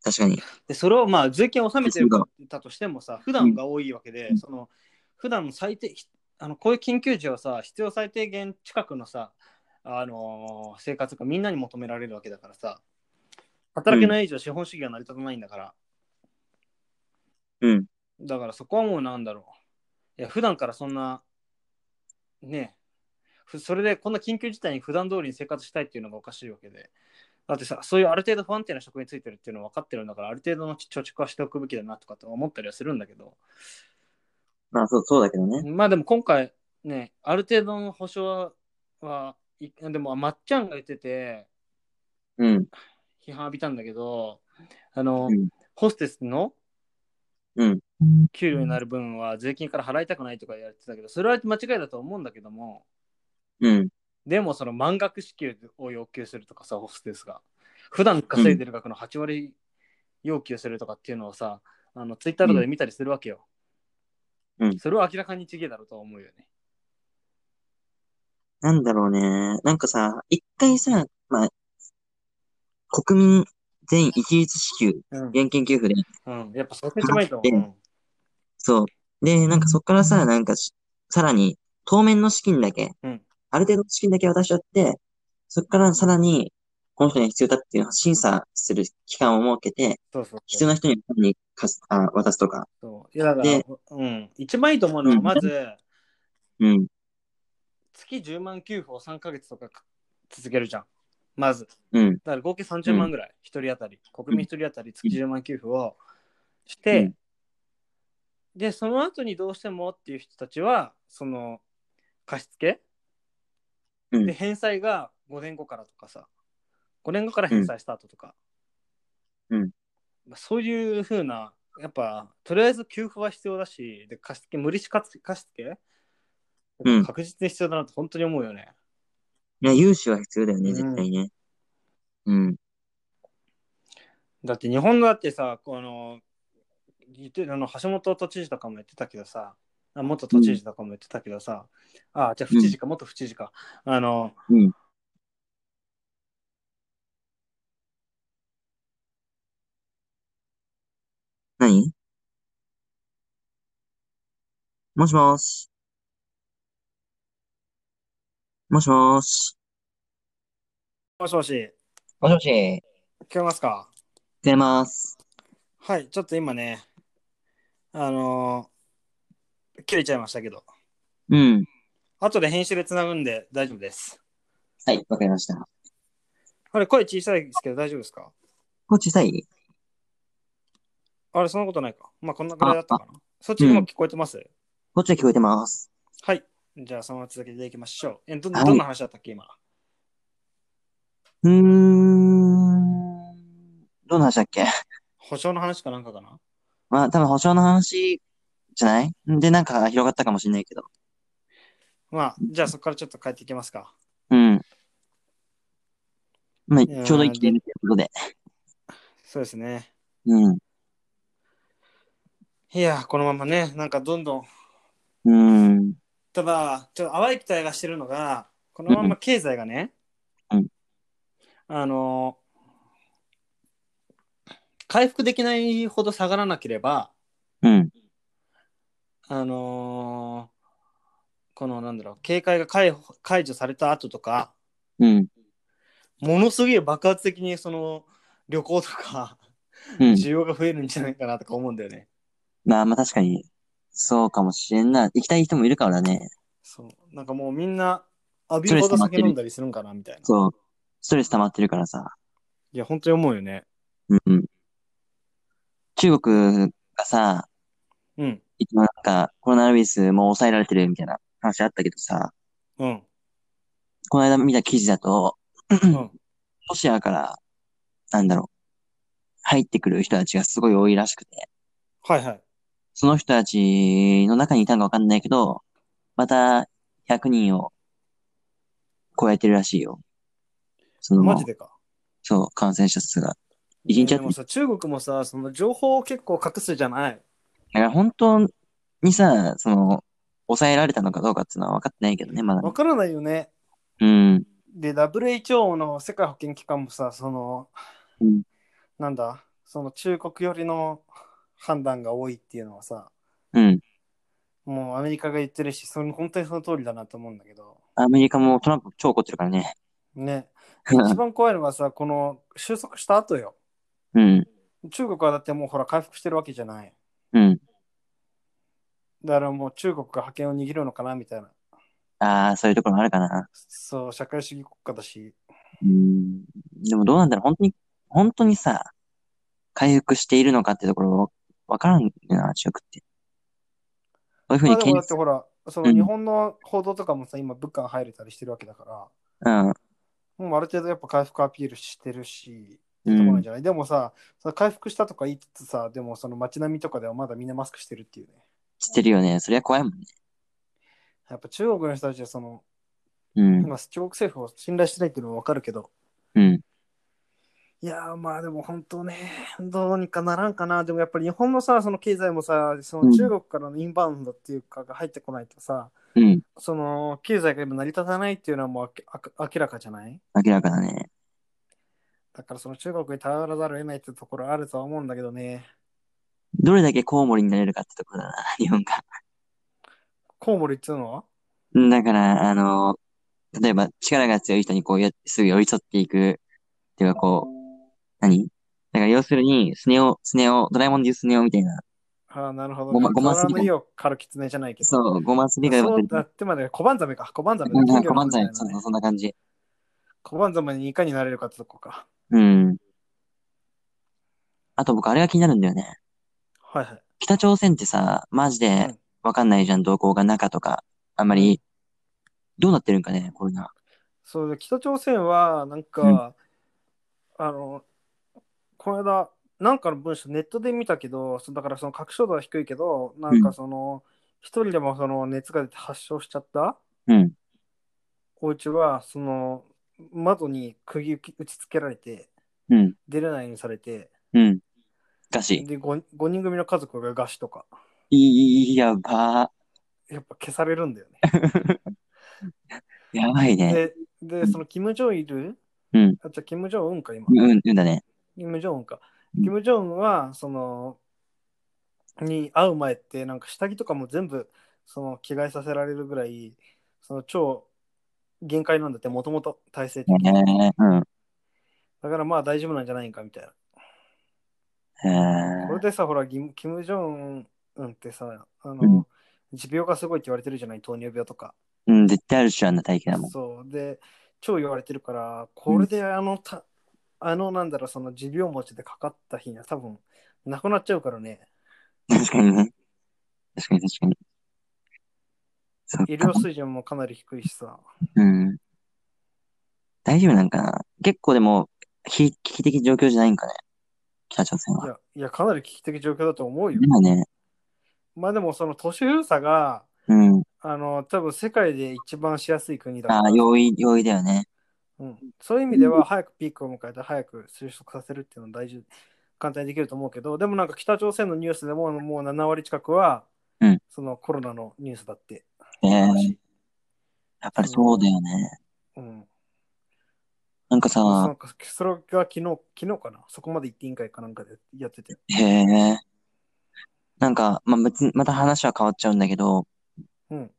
Speaker 2: かに。
Speaker 1: でそれをまあ税金を納めてたとしてもさ普段が多いわけで、
Speaker 2: うん
Speaker 1: その普段の最低ひあのこういう緊急時はさ必要最低限近くのさあのー生活がみんなに求められるわけだからさ働けない以上資本主義が成り立たないんだから、
Speaker 2: うん。
Speaker 1: だからそこはもうなんだろういや普段からそんなねふそれでこんな緊急事態に普段通りに生活したいっていうのがおかしいわけでだってさそういうある程度不安定な職についてるっていうのは分かってるんだからある程度の貯蓄はしておくべきだなとかって思ったりはするんだけど
Speaker 2: まあ、そう、そうだけどね。
Speaker 1: まあでも今回ねある程度の保証はいでもまっちゃんが言ってて
Speaker 2: うん。
Speaker 1: 批判浴びたんだけどあの、
Speaker 2: うん
Speaker 1: ホステスの
Speaker 2: うん。
Speaker 1: 給料になる分は税金から払いたくないとかやってたけどそれは間違いだと思うんだけども、
Speaker 2: うん。
Speaker 1: でもその満額支給を要求するとかさ、ホステスが。普段稼いでる額の8割要求するとかっていうのをさ、あのツイッターとかで見たりするわけよ。
Speaker 2: うん
Speaker 1: それは明らかに違えだろうとは思うよね。
Speaker 2: なんだろうね。なんかさ、一回さ、まあ、国民全員一律支給、
Speaker 1: う
Speaker 2: 現金給付で、
Speaker 1: ん。うん、やっぱそれが一番いいと思
Speaker 2: そう。で、なんかそっからさ、なんかし、さらに、当面の資金だけ、
Speaker 1: うん
Speaker 2: ある程度の資金だけ渡しちゃって、そっからさらに、この人には必要だっていうのを審査する期間を設けて、
Speaker 1: う。うん、そうそう
Speaker 2: 必
Speaker 1: そう
Speaker 2: 要な人にはにかすあ渡すとか。
Speaker 1: そう。いやだから
Speaker 2: で、
Speaker 1: うん。一番いいと思うのは、まず、
Speaker 2: うん。
Speaker 1: 月10万給付を3ヶ月とか続けるじゃん。まず。
Speaker 2: うん。
Speaker 1: だから合計30万ぐらい、一人当たり、国民一人当たり月10万給付をして、
Speaker 2: うん
Speaker 1: で、その後にどうしてもっていう人たちは、その貸付、
Speaker 2: うん
Speaker 1: で、返済が5年後からとかさ、5年後から返済スタートとか、
Speaker 2: うん
Speaker 1: まあ、そういうふうな、やっぱ、とりあえず給付は必要だし、で貸付、無利子貸付貸付
Speaker 2: うん
Speaker 1: 確実に必要だなって本当に思うよね。
Speaker 2: いや、融資は必要だよね、
Speaker 1: うん
Speaker 2: 絶対ね。うん。
Speaker 1: だって日本だってさこの言ってあの橋本都知事とかも言ってたけどさあ元都知事とかも言ってたけどさ、あじゃあ府知事か、元府知事かあの、
Speaker 2: うん何もしもーし。もしもーし。
Speaker 1: もしもし
Speaker 2: もしもし。
Speaker 1: 聞
Speaker 2: 聞
Speaker 1: こえますか
Speaker 2: こえます。
Speaker 1: はいちょっと今ねあのー切れちゃいましたけど
Speaker 2: うん。
Speaker 1: 後で編集でつなぐんで大丈夫です
Speaker 2: はい、わかりました。
Speaker 1: あれ声小さいですけど大丈夫ですか
Speaker 2: これ小さい
Speaker 1: あれそんなことないかまあこんなぐらいだったかなそっちにも聞こえてます、
Speaker 2: こっちは聞こえてます。
Speaker 1: はいじゃあそのまま続けていきましょうえど
Speaker 2: はい
Speaker 1: どんな話だったっけ今
Speaker 2: うーん。どんな話だっけ
Speaker 1: 保証の話かなんかかな
Speaker 2: まあ、多分保証の話じゃないで、なんか広がったかもしれないけど。
Speaker 1: まあ、じゃあそこからちょっと帰っていきますか。
Speaker 2: うん。まあ、
Speaker 1: やー
Speaker 2: ちょうど生きてるってことで。
Speaker 1: そうですね。
Speaker 2: うん。
Speaker 1: いやー、このままね、なんかどんどん、
Speaker 2: うん。
Speaker 1: ただ、ちょっと淡い期待がしてるのが、このまま経済がね、
Speaker 2: うん
Speaker 1: あのー回復できないほど下がらなければ、
Speaker 2: うん。
Speaker 1: あのーこのなんだろう、警戒が解放解除された後とか、
Speaker 2: うん。
Speaker 1: ものすげえ爆発的にその旅行とか、
Speaker 2: うん。
Speaker 1: 需要が増えるんじゃないかなとか思うんだよね。
Speaker 2: まあ、まあ確かに、そうかもしれんな。行きたい人もいるからね。
Speaker 1: そう。なんかもうみんな、浴びるほど酒飲んだりするんかなみたいな。
Speaker 2: そう。ストレス溜まってるからさ。
Speaker 1: いや、本当に思うよね。
Speaker 2: うんうん。中国がさ、
Speaker 1: うん。
Speaker 2: 一番なんかコロナウイルスもう抑えられてるみたいな話あったけどさ、
Speaker 1: うん。
Speaker 2: この間見た記事だと、
Speaker 1: うん。
Speaker 2: ロシアから、なんだろう、入ってくる人たちがすごい多いらしくて、
Speaker 1: はいはい。
Speaker 2: その人たちの中にいたのかわかんないけど、また100人を超えてるらしいよ。その、
Speaker 1: マジでか。
Speaker 2: そう、感染者数が。一
Speaker 1: いや
Speaker 2: 日
Speaker 1: で
Speaker 2: あたり
Speaker 1: もさ、中国もさ、その情報を結構隠すじゃない。
Speaker 2: だから本当にさ、その、抑えられたのかどうかっていうのは分かってないけどね、まだ
Speaker 1: わ。からないよね。
Speaker 2: うん。
Speaker 1: で、WHO の世界保健機関もさ、その、
Speaker 2: うん
Speaker 1: なんだ、その中国寄りの判断が多いっていうのはさ、
Speaker 2: うん。
Speaker 1: もうアメリカが言ってるし、それ本当にその通りだなと思うんだけど。
Speaker 2: アメリカもトランプ超怒ってるからね。
Speaker 1: ね。
Speaker 2: (laughs)
Speaker 1: で一番怖いのがさ、この収束した後よ。
Speaker 2: うん。
Speaker 1: 中国はだってもうほら回復してるわけじゃない。
Speaker 2: うん。
Speaker 1: だからもう中国が覇権を握るのかなみたいな。
Speaker 2: ああ、そういうところもあるかな。
Speaker 1: そう、社会主義国家だし。
Speaker 2: うん。でもどうなんだろう。本当に、本当にさ、回復しているのかってところ分からんよな、中国って。こういうふう
Speaker 1: まあ
Speaker 2: に
Speaker 1: で
Speaker 2: 検
Speaker 1: もだってほら、その日本の報道とかもさ、今武漢入れたりしてるわけだから、
Speaker 2: うん。
Speaker 1: もうある程度やっぱ回復アピールしてるし、
Speaker 2: う
Speaker 1: ところなん
Speaker 2: ん。
Speaker 1: じゃない、でもさ、その回復したとか言いつつさ、でもその街並みとかではまだみんなマスクしてるっていうね。
Speaker 2: してるよね。そりゃ怖いもんね。
Speaker 1: やっぱ中国の人たちはその、
Speaker 2: うん。
Speaker 1: 今中国政府を信頼してないっていうのはわかるけど、
Speaker 2: うん。
Speaker 1: いやーまあでも本当ね、どうにかならんかな。でもやっぱり日本のさ、その経済もさ、その中国からのインバウンドっていうかが入ってこないとさ、
Speaker 2: うん。
Speaker 1: その経済が今成り立たないっていうのはもうあきあ明らかじゃない
Speaker 2: 明らかだね。
Speaker 1: だからその中国に頼らざるを得ないってところあるとは思うんだけどね。
Speaker 2: どれだけコウモリになれるかってところだな、 (laughs) 日本が。
Speaker 1: コウモリっていうのは
Speaker 2: だから、あの、例えば力が強い人にこうや、すぐ寄り添っていく、っていうかこう、何だから要するに、スネ夫、スネ夫、ドラえもんで言うスネ夫みたいな。
Speaker 1: ああ、なるほど。
Speaker 2: ごまごます
Speaker 1: 体の意を狩る狐じゃないけど。う。
Speaker 2: そう、ごまんすりが
Speaker 1: そうう
Speaker 2: ま
Speaker 1: だってまで、小判ザメか。小判ザメ
Speaker 2: く。なん
Speaker 1: だ。
Speaker 2: かごまんざい、そうそう、
Speaker 1: ね
Speaker 2: そんな感じ。
Speaker 1: 小判ザメにいかになれるかってとこか。
Speaker 2: うん。あと僕、あれが気になるんだよね。
Speaker 1: はいはい。
Speaker 2: 北朝鮮ってさ、マジで
Speaker 1: うん
Speaker 2: わかんないじゃん、動向が中とか、あんまり、どうなってるんかね、これが。
Speaker 1: そうで北朝鮮はなんか、あのこの間なんかの文章ネットで見たけどそうだからその確証度は低いけどなん
Speaker 2: う
Speaker 1: かその一、人でもその熱が出て発症しちゃった
Speaker 2: うん。
Speaker 1: お家はその窓に釘打ち打ち付けられて
Speaker 2: うん。
Speaker 1: 出れないようにされて
Speaker 2: うん。ガシ。
Speaker 1: で 5, 5人組の家族が餓死とか
Speaker 2: いい、やば
Speaker 1: やっぱ消されるんだよね。
Speaker 2: ー。やばいね。
Speaker 1: ででそのキム・ジョンイル、
Speaker 2: うん、
Speaker 1: あじゃあキム・ジョンウンか今。
Speaker 2: うん、うんだね。
Speaker 1: キム・ジョンウンか。
Speaker 2: うん
Speaker 1: キム・ジョンウンは、その、に会う前って、なんか下着とかも全部、その、着替えさせられるぐらい、その、超限界なんだって、もともと体制的
Speaker 2: え
Speaker 1: に。
Speaker 2: ー、うん。
Speaker 1: だからまあ大丈夫なんじゃないんかみたいな。
Speaker 2: え
Speaker 1: これ
Speaker 2: ー、
Speaker 1: でさ、ほら、キム・キムジョンウンってさ、あの、
Speaker 2: うん
Speaker 1: 持病がすごいって言われてるじゃない、糖尿病とか。
Speaker 2: うん、絶対あるっしょ、あんな体型だもん。
Speaker 1: そう。で、超言われてるから、これであの、たあの、なんだろう、その持病持ちでかかった日には多分、なくなっちゃうからね。
Speaker 2: 確かにね。確かに、確かに。そっ
Speaker 1: 医
Speaker 2: か
Speaker 1: 療。水準もかなり低いし
Speaker 2: (laughs)
Speaker 1: さ。
Speaker 2: うん。大丈夫なんかな結構でも、ひ危機的状況じゃないんかね。北朝鮮
Speaker 1: い
Speaker 2: は。
Speaker 1: や、いやかなり危機的状況だと思うよ。
Speaker 2: 今ね、
Speaker 1: まあでも、その都市封鎖が、
Speaker 2: うん。
Speaker 1: あの、多分世界で一番しやすい国だか
Speaker 2: ああ、
Speaker 1: ら、
Speaker 2: 容易、容易だよね。
Speaker 1: うん、そういう意味では、早くピークを迎えて、早く収束させるっていうのは大事、簡単にできると思うけど、でもなんか北朝鮮のニュースでも、もう7割近くは、
Speaker 2: うん
Speaker 1: そのコロナのニュースだって。
Speaker 2: ええ
Speaker 1: 話
Speaker 2: やっぱりそうだよね。
Speaker 1: うん、
Speaker 2: なんか
Speaker 1: な
Speaker 2: さ、
Speaker 1: んかそれが昨日、昨日かな、そこまで行って委員会かなんかでやってて。
Speaker 2: へえ。なんか、まあ、別に、また話は変わっちゃうんだけど、
Speaker 1: うん。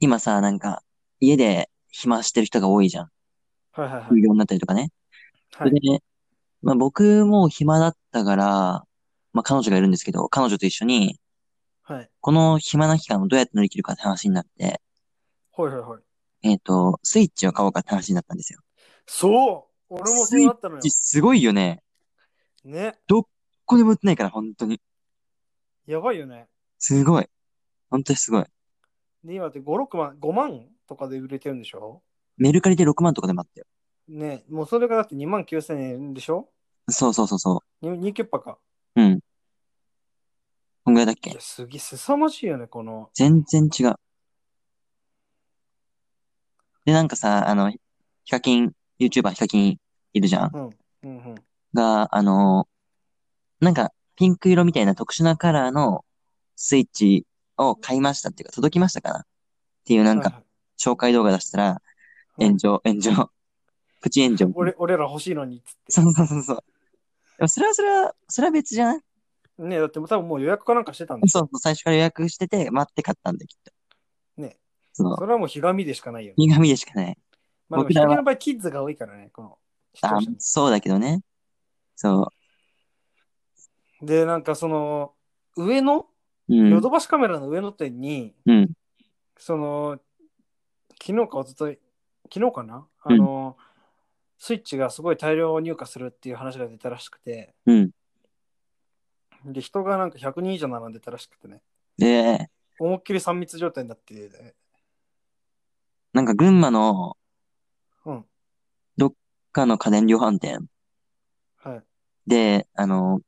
Speaker 2: 今さ、なんか、家で暇してる人が多いじゃん。
Speaker 1: はいはいは
Speaker 2: 副
Speaker 1: い。
Speaker 2: 業になったりとかね。そ
Speaker 1: は
Speaker 2: れ
Speaker 1: い、
Speaker 2: で、まあ僕も暇だったから、まあ彼女がいるんですけど、彼女と一緒に、
Speaker 1: はい。
Speaker 2: この暇な期間をどうやって乗り切るかって話になって、
Speaker 1: ほいほいほい。
Speaker 2: えっと、スイッチを買おうかって話になったんですよ。
Speaker 1: そう俺もそうだったのよ。
Speaker 2: すごいよね。
Speaker 1: ね。
Speaker 2: ここにも売ってないから、本当に。
Speaker 1: やばいよね。
Speaker 2: すごい。本当にすごい。
Speaker 1: で、今って5、6万、5万とかで売れてるんでしょ
Speaker 2: メルカリで6万とかで待ってよ。
Speaker 1: ね。もうそれがだって2万9000円でしょ
Speaker 2: そうそうそうそ
Speaker 1: ?2 キュッパか。
Speaker 2: う。うん。こんぐらいだっ
Speaker 1: い
Speaker 2: け
Speaker 1: や、すげえ、凄まじいよね、この。
Speaker 2: 全然違う。で、なんかさ、あの、ヒカキン、YouTuber ヒカキンいるじゃん。
Speaker 1: うん。うんうん。
Speaker 2: が、あの、なんか、ピンク色みたいな特殊なカラーのスイッチを買いましたっていうか、届きましたかなっていうなんか、
Speaker 1: は
Speaker 2: 紹介動画出したら、
Speaker 1: いはい、
Speaker 2: 炎上、炎上。 (laughs) プチ炎上。
Speaker 1: 俺俺ら欲しいのにっつって。
Speaker 2: そうそうそうそう。でもそれはそれは、それは別じゃない
Speaker 1: ねだって多分もう予約かなんかしてたんでし
Speaker 2: そ
Speaker 1: ょ
Speaker 2: うそう、最初から予約してて、待って買ったんで、きっと。
Speaker 1: ね。
Speaker 2: そう。
Speaker 1: それはもうひがみでしかないよね。
Speaker 2: 苦味でしかない。
Speaker 1: まあ、でも
Speaker 2: 僕
Speaker 1: ひ
Speaker 2: らは
Speaker 1: がみの場合、キッズが多いからね、この視聴
Speaker 2: あ
Speaker 1: 者の
Speaker 2: そうだけどね。そ
Speaker 1: で、なんかその、上の、
Speaker 2: う。うん。
Speaker 1: ヨドバシカメラの上の点に、
Speaker 2: うん。
Speaker 1: その、昨日か一昨日昨日かなあの、スイッチがすごい大量入荷するっていう話が出たらしくて、
Speaker 2: うん。
Speaker 1: で、人がなんか100人以上並んでたらしくてね、
Speaker 2: で、
Speaker 1: 思いっきり3密状態になってね、
Speaker 2: なんか群馬の
Speaker 1: うん、
Speaker 2: 他の家電量販店
Speaker 1: はい。
Speaker 2: で、あの、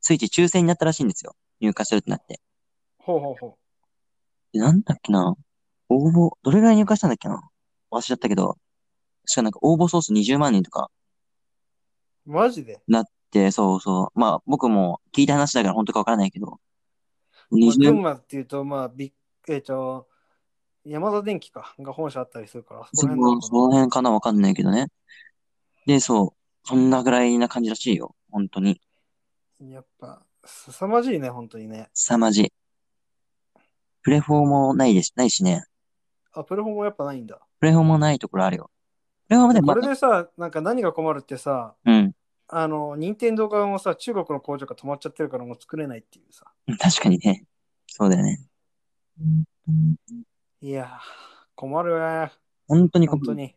Speaker 2: スイッチ抽選になったらしいんですよ。入荷するってなって。
Speaker 1: ほうほうほ
Speaker 2: でなんだっけな。応募、どれぐらい入荷したんだっけな忘れちゃったけど。しかもなんか応募総数20万人とか。
Speaker 1: う。マジで
Speaker 2: で、そうそう。まあ僕も聞いた話だから本当かわからないけど。
Speaker 1: まあ群
Speaker 2: 20、
Speaker 1: 馬っていうと、まあ、ビッえっ、と、山田電機か、が本社あったりするから、
Speaker 2: そ
Speaker 1: そこら辺なの
Speaker 2: う
Speaker 1: か
Speaker 2: その辺かなわかんないけどね。で、そう。そんなぐらいな感じらしいよ。本当に。
Speaker 1: なやっぱ、凄まじいね、本当にね。
Speaker 2: 凄まじい。プレフォーもないです、ないしね。
Speaker 1: あ、プレホもやっぱないんだ。
Speaker 2: プレフォーもないところあるよ。プレフォーもでも
Speaker 1: こ
Speaker 2: ま
Speaker 1: れ
Speaker 2: た、
Speaker 1: でさ、なんか何が困るってさ、
Speaker 2: うん。
Speaker 1: あの、任天堂側もさ、中国の工場が止まっちゃってるからもう作れないっていうさ。
Speaker 2: (laughs) 確かにね。そうだよね。
Speaker 1: いやー、困るわ
Speaker 2: 本当に
Speaker 1: ー、本
Speaker 2: 困る
Speaker 1: 当に。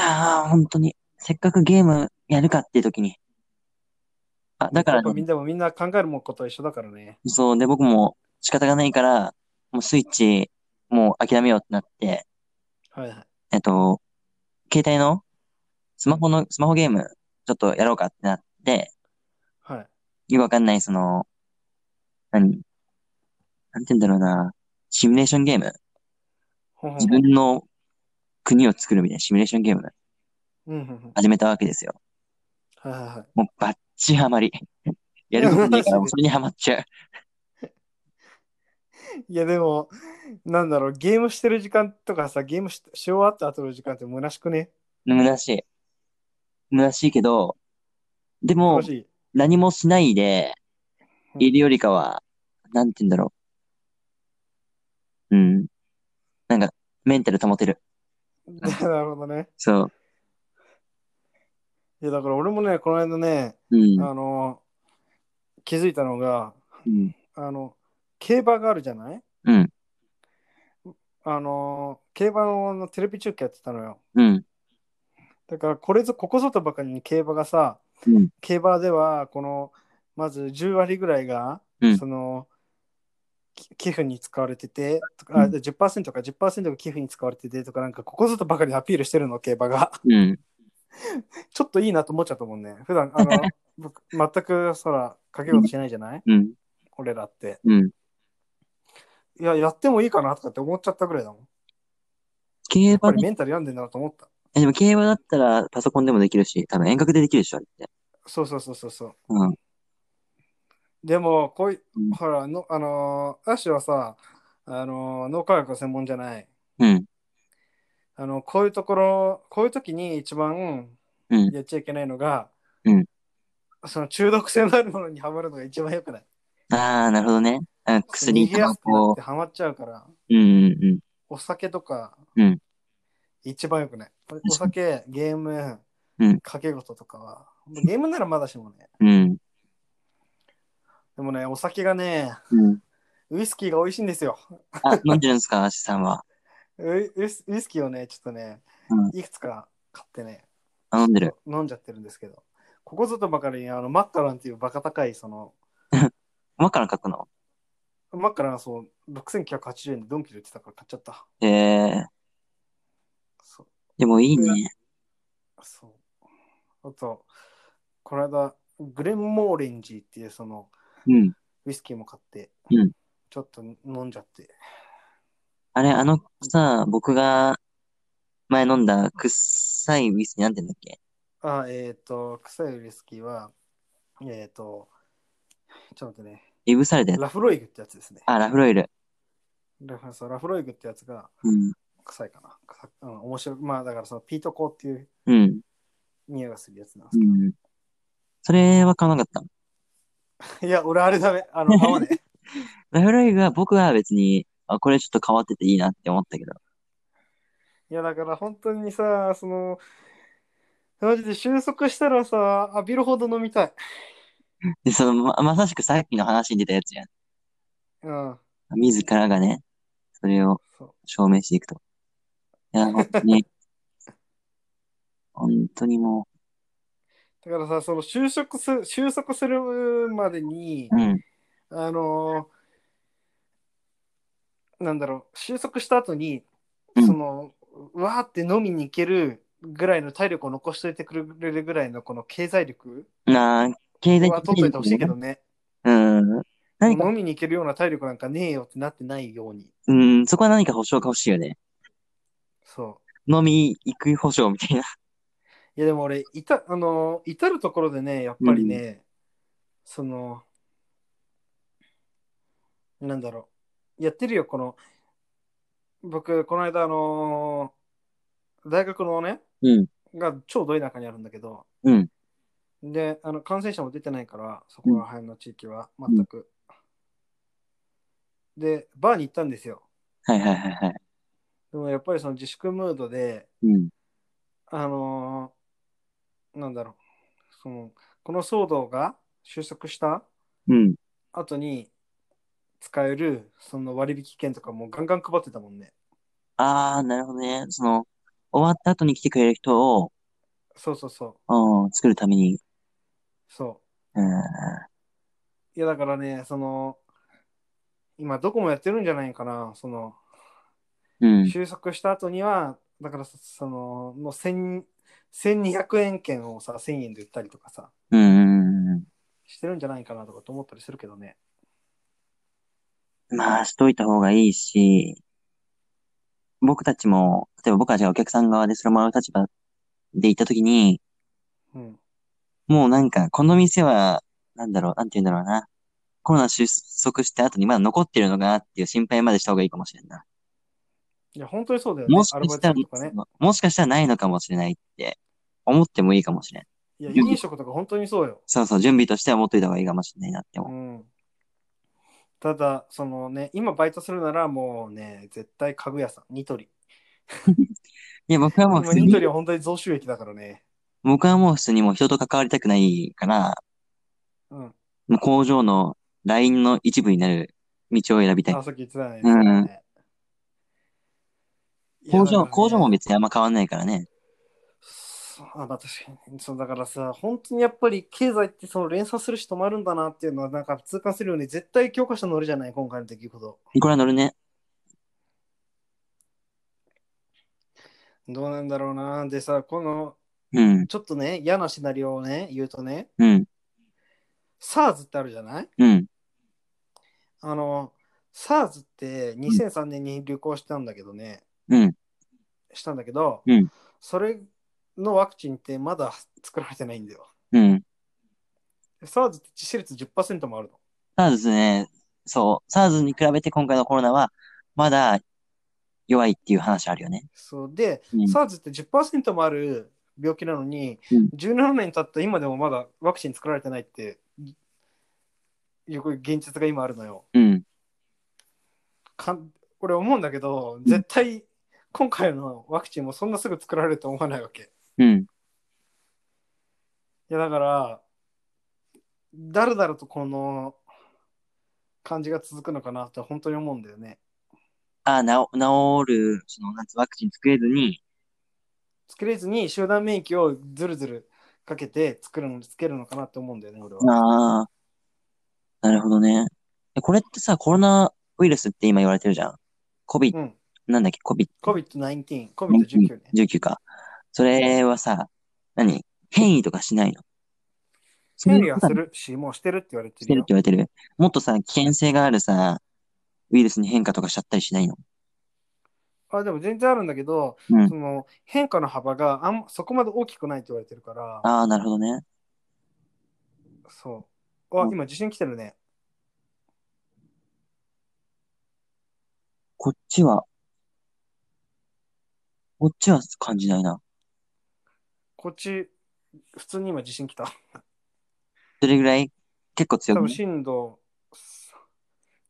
Speaker 2: ああ、本当に。せっかくゲームやるかっていう時に。あ、だから
Speaker 1: やっぱみ
Speaker 2: ね、
Speaker 1: んなもみんな考えるもんことは一緒だからね。
Speaker 2: そう、で、僕も仕方がないから、もうスイッチ、もう諦めようってなって、
Speaker 1: はいはい。
Speaker 2: えっと、携帯の、スマホの、スマホゲーム、ちょっとやろうかってなって、
Speaker 1: はい。
Speaker 2: よくわかんない、その、何なんて言うんだろうな。シミュレーションゲーム。
Speaker 1: ほんほん
Speaker 2: 自
Speaker 1: ほん
Speaker 2: 分の国を作るみたいなシミュレーションゲーム
Speaker 1: うんうんうん。
Speaker 2: 始めたわけですよ。
Speaker 1: はいはいはい。
Speaker 2: もうバッチハマり。やることないから、もうそれにハマっちゃう。
Speaker 1: いやでも、なんだろう、ゲームしてる時間とかさ、ゲームしし終わった後の時間って虚しくね
Speaker 2: 虚しい。虚しいけど、でも
Speaker 1: 楽し、い。
Speaker 2: 何もしないで、
Speaker 1: うん
Speaker 2: いるよりかは、なんて言うんだろう。うん。なんか、メンタル保てる。
Speaker 1: (laughs) なるほどね。
Speaker 2: そう。
Speaker 1: いやだから俺もね、この間ね、
Speaker 2: うん。
Speaker 1: あの、気づいたのが、
Speaker 2: うん。
Speaker 1: あの、競馬があるじゃない
Speaker 2: うん。
Speaker 1: あの、競馬ののテレビ中継やってたのよ。
Speaker 2: うん。
Speaker 1: だからこれぞ、ここぞとばかりに競馬がさ、
Speaker 2: うん。
Speaker 1: 競馬では、この、まず10割ぐらいが、
Speaker 2: うん
Speaker 1: その、き寄付に使われてて、とか、あ
Speaker 2: うん
Speaker 1: 10%か10%が寄付に使われててとか、なんかここぞとばかりにアピールしてるの、競馬が。
Speaker 2: うん。
Speaker 1: ちょっといいなと思っちゃったもんね。普段、あ
Speaker 2: (laughs)
Speaker 1: の、僕、全く、そら、かけようとしないじゃない
Speaker 2: うん。
Speaker 1: 俺らって。
Speaker 2: うん。
Speaker 1: いや、やってもいいかなとかって思っちゃったぐらいだもん。
Speaker 2: 競
Speaker 1: やっぱ
Speaker 2: 馬
Speaker 1: り
Speaker 2: ね、
Speaker 1: メンタル病んでんだなと思った。
Speaker 2: え、でも競馬だったらパソコンでもできるし、多分遠隔でできるでしょ、あれって。
Speaker 1: そうそうそうそうそう。
Speaker 2: うん。
Speaker 1: でも、こうい
Speaker 2: うん
Speaker 1: ほら、のあのー、アッシュはさ、あのー脳科学が専門じゃない。
Speaker 2: うん。
Speaker 1: あの、こういうところ、こういう時に一番
Speaker 2: うん
Speaker 1: やっちゃいけないのが、
Speaker 2: うん
Speaker 1: その中毒性のあるものにはまるのが一番よくない。
Speaker 2: ああ、なるほどね。あ薬、
Speaker 1: 逃げ
Speaker 2: タ
Speaker 1: や
Speaker 2: バ
Speaker 1: すくなっ
Speaker 2: コ
Speaker 1: て。はまっちゃうから、
Speaker 2: うんうんうん。
Speaker 1: お酒とか、
Speaker 2: うん
Speaker 1: 一番よくない。お酒、ゲーム、
Speaker 2: うん
Speaker 1: 掛け事とかは、ゲームならまだしもね。
Speaker 2: うん。
Speaker 1: でもね、お酒がね、
Speaker 2: うん。
Speaker 1: ウイスキーが美味しいんですよ。 (laughs)
Speaker 2: あ、飲んでるんですか、足さんは。
Speaker 1: えウイスウイスキーをね、ちょっとね
Speaker 2: う、
Speaker 1: いくつか買ってね、
Speaker 2: 飲んでる。
Speaker 1: 飲んじゃってるんですけど、ここぞとばかりにあのマッカランっていうバカ高い、その、
Speaker 2: マカロン書くの
Speaker 1: マッカランはそう、6980円でドンキで売ってたから買っちゃった。
Speaker 2: へえ。
Speaker 1: そう。
Speaker 2: でもいいね。
Speaker 1: そうあと、この間、グレンモーレンジーっていうその
Speaker 2: うん。
Speaker 1: ウイスキーも買って、
Speaker 2: うん
Speaker 1: ちょっと飲んじゃって。
Speaker 2: あれ、あのさ、僕が前飲んだ臭いウイスキーなんて言うんだっけ
Speaker 1: あ、えっ、と、臭いウイスキーは、えっ、と、ちょっと待ってね、
Speaker 2: いぶされたやつ。
Speaker 1: ラフロイグってやつですね。
Speaker 2: あ、ラフロイル。
Speaker 1: ラフそうラフロイグってやつが
Speaker 2: うん。
Speaker 1: 臭いかな。臭うん、面白い。まあだからそのピートコーっていう
Speaker 2: うん。
Speaker 1: 匂いがするやつなんです
Speaker 2: う
Speaker 1: けど。
Speaker 2: ん。それは買わなかった。
Speaker 1: いや、俺あれダメ。あの、合わねえ。
Speaker 2: ラフロイルは僕は別に、あ、これちょっと変わってていいなって思ったけど。
Speaker 1: いや、だから本当にさ、その、マジで収束したらさ、浴びるほど飲みたい。
Speaker 2: で、その、ま、まさしくさっきの話に出たやつやん。
Speaker 1: うん。
Speaker 2: 自らがね、それを
Speaker 1: そ
Speaker 2: 証明していくと。いや、本当に。 (laughs) 本当にも
Speaker 1: う。だからさ、その収束する、収束するまでに
Speaker 2: う、、うん、
Speaker 1: あのーなんだろう、収束した後に、
Speaker 2: うん
Speaker 1: その、わーって飲みに行けるぐらいの体力を残しといてくれるぐらいのこの経済力
Speaker 2: なあ、経済
Speaker 1: は取っといてほしいけどね。
Speaker 2: うん。何か、
Speaker 1: 飲みに行けるような体力なんかねえよってなってないように。
Speaker 2: うん、そこは何か保証が欲しいよね。
Speaker 1: そ
Speaker 2: 飲み行く保証みたい
Speaker 1: う。
Speaker 2: な。 (laughs)
Speaker 1: いやでも俺、いた、あのー至るところでね、やっぱりね、その、なんだろう、やってるよ、この、僕、この間、あのー大学のね、
Speaker 2: うん、
Speaker 1: が超どい中にあるんだけど、
Speaker 2: うん、
Speaker 1: で、あの感染者も出てないから、そこら辺の地域は全く。で、バーに行ったんですよ。
Speaker 2: はいはいはいはい。
Speaker 1: でもやっぱりその自粛ムードで、
Speaker 2: うん、
Speaker 1: あのーなんだろう、その、この騒動が収束した
Speaker 2: うん。
Speaker 1: 後に使えるその割引券とかもガンガン配ってたもんね。
Speaker 2: ああ、なるほどね。その、終わった後に来てくれる人を、
Speaker 1: そうそうそう。
Speaker 2: うん、作るために、
Speaker 1: そ
Speaker 2: うん、
Speaker 1: う。いやだからね、その、今どこもやってるんじゃないかな、その、
Speaker 2: うん、
Speaker 1: 収束した後には、だからそその、もう1000 1200円券をさ、1000円で売ったりとかさ、
Speaker 2: うん、うんう
Speaker 1: してるんじゃないかなとかと思ったりするけどね。
Speaker 2: ん。まあ、しといた方がいいし、僕たちも、例えば僕たちがお客さん側でそれをもらう立場で行った時に、
Speaker 1: うん。
Speaker 2: もうなんか、この店は、なんだろう、なんて言うんだろうな。コロナ収束した後にまだ残ってるのかなっていう心配までした方がいいかもしれんな。
Speaker 1: いや、本当にそうだよね。
Speaker 2: もし
Speaker 1: ア
Speaker 2: か
Speaker 1: ルバイト
Speaker 2: した
Speaker 1: さ
Speaker 2: ら
Speaker 1: んとかね。、
Speaker 2: もしかしたらないのかもしれないって思ってもいいかもしれん。
Speaker 1: いや、飲食とか本当にそうよ。
Speaker 2: そうそう、準備としては持っといた方がいいかもしれないなって
Speaker 1: う
Speaker 2: 思
Speaker 1: ん。ただ、そのね、今バイトするならもうね、絶対家具屋さん、ニトリ。
Speaker 2: う。いや、僕はもう
Speaker 1: 今
Speaker 2: 普通
Speaker 1: ニト
Speaker 2: に、
Speaker 1: リは本当に増収益だからね。
Speaker 2: 僕はもう普通にもう人と関わりたくないから、
Speaker 1: うん。
Speaker 2: もう工場のラインの一部になる道を選びたい
Speaker 1: あ、。さっき言ってたね。
Speaker 2: うん
Speaker 1: そうねいや
Speaker 2: 工
Speaker 1: だから
Speaker 2: 場、
Speaker 1: ね
Speaker 2: 工場も別にあんま変わんないからね。
Speaker 1: そうあまあ確かにそうだからさ本当にやっぱり経済ってその連鎖するし止まるんだなっていうのはなんか痛感するように絶対教科書載るじゃない今回の出来事
Speaker 2: これは乗るね。
Speaker 1: どうなんだろうなでさこの
Speaker 2: うん、
Speaker 1: ちょっとね嫌なシナリオをね言うとね
Speaker 2: うん、
Speaker 1: SARS ってあるじゃない
Speaker 2: うん、
Speaker 1: あの SARS って2003年に流行したんだけどね
Speaker 2: うん。
Speaker 1: したんだけど、
Speaker 2: うん
Speaker 1: それのワクチンってまだ作られてないんだよ
Speaker 2: うん。
Speaker 1: SARS って致死率10%もあるの
Speaker 2: サーズね、そう、サーズに比べて今回のコロナは、まだ弱いっていう話あるよね。
Speaker 1: そうで、
Speaker 2: うん
Speaker 1: SARS って10%もある病気なのに、
Speaker 2: うん
Speaker 1: 17年経った今でもまだワクチン作られてないっていう現実が今あるのよ。
Speaker 2: うん、
Speaker 1: かん俺思うんだけど絶対今回のワクチンもそんなすぐ作られると思わないわけ。い
Speaker 2: うん、
Speaker 1: やだからだらだらとこの感じが続くのかなって本当に思うんだよね。
Speaker 2: あ、なお、治る、その、なんつうワクチン作れずに、
Speaker 1: 作れずに集団免疫をずるずるかけて作るのつけるのかなって思うんだよね俺は。
Speaker 2: ああ、なるほどね。えこれってさ、コロナウイルスって今言われてるじゃん。COVID、
Speaker 1: うん、
Speaker 2: なんだっけ、COVID、
Speaker 1: COVID-19、COVID-19 ね。
Speaker 2: 19か。それはさ、何変異とかしないの
Speaker 1: 変異はするし、もうしてるって言われて
Speaker 2: して
Speaker 1: る
Speaker 2: るっ
Speaker 1: よ
Speaker 2: て。言われてる。もっとさ、危険性があるさ、ウイルスに変化とかしちゃったりしないの
Speaker 1: あでも全然あるんだけど、
Speaker 2: うん
Speaker 1: その変化の幅があんそこまで大きくないって言われてるから、
Speaker 2: ああ、なるほどね。
Speaker 1: そう。あ
Speaker 2: う、ん
Speaker 1: 今地震来てるね。
Speaker 2: こっちは、こっちは感じないな。
Speaker 1: こっち、普通に今地震来た。
Speaker 2: どれぐらい結構強
Speaker 1: 多
Speaker 2: く
Speaker 1: 分
Speaker 2: ない
Speaker 1: 震度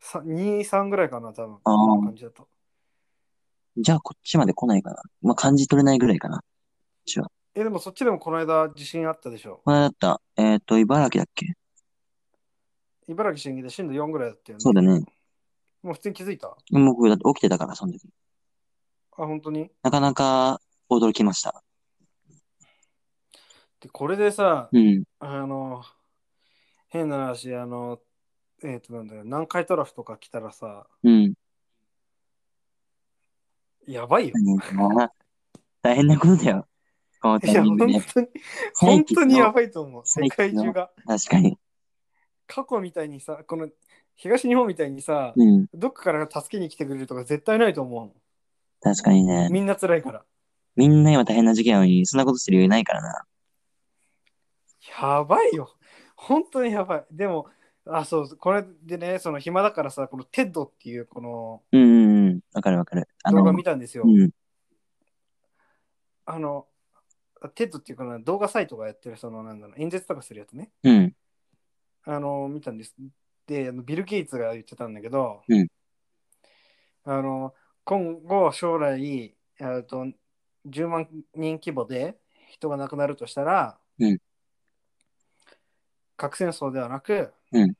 Speaker 1: さ2、3ぐらいかな、多分。
Speaker 2: あー
Speaker 1: 今の感じだと。
Speaker 2: じゃあこっちまで来ないかな。まあ、感じ取れないぐらいかな。
Speaker 1: え、でもそっちでもこの間地震あったでしょ。
Speaker 2: これだった。えっ、と、茨城だっけ
Speaker 1: 茨城震源で震度4ぐらいだったよね。
Speaker 2: そうだね。
Speaker 1: もう普通に気づいたあ、
Speaker 2: 僕、だって起きてたから、その時。
Speaker 1: 本当に
Speaker 2: なかなか驚きました。
Speaker 1: で、これでさ、
Speaker 2: うん。
Speaker 1: あの、変な話、あの、えっ、と、なんだよ、南海トラフとか来たらさ、
Speaker 2: うん。
Speaker 1: やばいよ。
Speaker 2: まあ大変なことだよ。この
Speaker 1: い
Speaker 2: タイ
Speaker 1: や、
Speaker 2: ミン
Speaker 1: 本
Speaker 2: グ
Speaker 1: 当
Speaker 2: で
Speaker 1: に。、本当にやばいと思う。世
Speaker 2: 最
Speaker 1: 界
Speaker 2: 近の
Speaker 1: 中が。
Speaker 2: 確かに。
Speaker 1: 過去みたいにさ、この東日本みたいにさ、
Speaker 2: うん。
Speaker 1: どっかから助けに来てくれるとか絶対ないと思
Speaker 2: 確かに
Speaker 1: う。
Speaker 2: ね。
Speaker 1: みんな辛いから。
Speaker 2: みんな今大変な事件なのに、そんなことしてる余裕ないからな。
Speaker 1: やばいよ。本当にやばい。でも、あ、そう、これでね、その暇だからさ、このテッドっていうこの
Speaker 2: うんうんうん。わかるわかる。あ
Speaker 1: 動
Speaker 2: の、
Speaker 1: 画見たんですよ。
Speaker 2: うん。
Speaker 1: あの、テッドっていうかな、動画サイトがやってる、その、なんだろう、演説とかするやつね。
Speaker 2: うん。
Speaker 1: あの、見たんです。で、あのビル・ゲイツが言ってたんだけど、
Speaker 2: うん
Speaker 1: あの、今後、将来、えっと、10万人規模で人が亡くなるとしたら、
Speaker 2: うん
Speaker 1: 核戦争ではなく、
Speaker 2: うん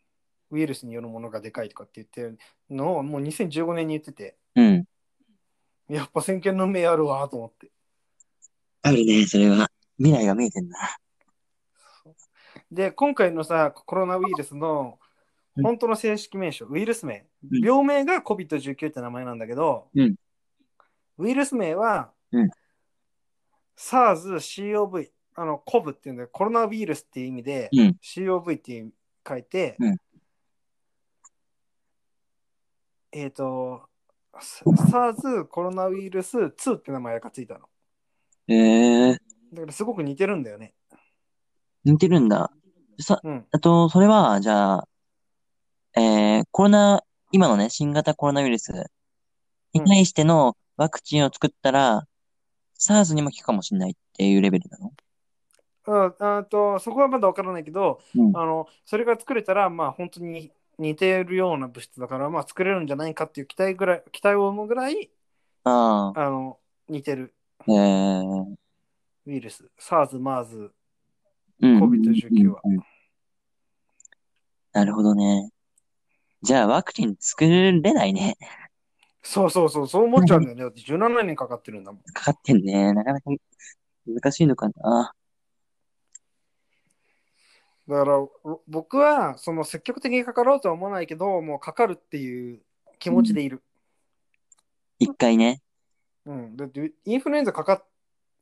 Speaker 1: ウイルスによるものがでかいとかって言ってるのを、もう2015年に言ってて、
Speaker 2: うん。
Speaker 1: やっぱ先見の明あるわと思って。
Speaker 2: あるね、それは。未来が見えてんな。
Speaker 1: で、今回のさ、コロナウイルスの
Speaker 2: うん
Speaker 1: 本当の正式名称、ウイルス名、
Speaker 2: うん
Speaker 1: 病名が COVID-19 って名前なんだけど、
Speaker 2: うん
Speaker 1: ウイルス名は、
Speaker 2: うん
Speaker 1: SARS-CoV、あの、COVID っていうんだよコロナウイルスっていう意味で、
Speaker 2: うん
Speaker 1: COV って書いて、
Speaker 2: うん
Speaker 1: えっ、と、SARS コロナウイルス2って名前がついたの。
Speaker 2: ええー、
Speaker 1: だからすごく似てるんだよね。
Speaker 2: 似てるんだ。さ、
Speaker 1: うん。
Speaker 2: あと、それは、じゃあ、えー、コロナ、今のね、新型コロナウイルスに対してのワクチンを作ったら、SARS にも効くかもしれないっていうレベルなの
Speaker 1: うん、あとそこはまだわからないけど、
Speaker 2: うん
Speaker 1: あのそれが作れたら、まあ、本当に似てるような物質だから、まあ、作れるんじゃないかっていう期待ぐらい期待を生むぐらい
Speaker 2: あ
Speaker 1: あの似てる
Speaker 2: あ、ええー、
Speaker 1: ウイルス SARS、MERS
Speaker 2: うん。
Speaker 1: COVID-19 は
Speaker 2: うんうんなるほどね。じゃあ、ワクチン作れないね。
Speaker 1: そうそうそうそう思っちゃうんだよ
Speaker 2: (laughs)
Speaker 1: ねだって17年かかってるんだもん
Speaker 2: かかってんね。なかなか難しいのかな。
Speaker 1: だからお僕はその積極的にかかろうとは思わないけどもうかかるっていう気持ちでいる、
Speaker 2: 一回ね。
Speaker 1: うんだってインフルエンザかかっ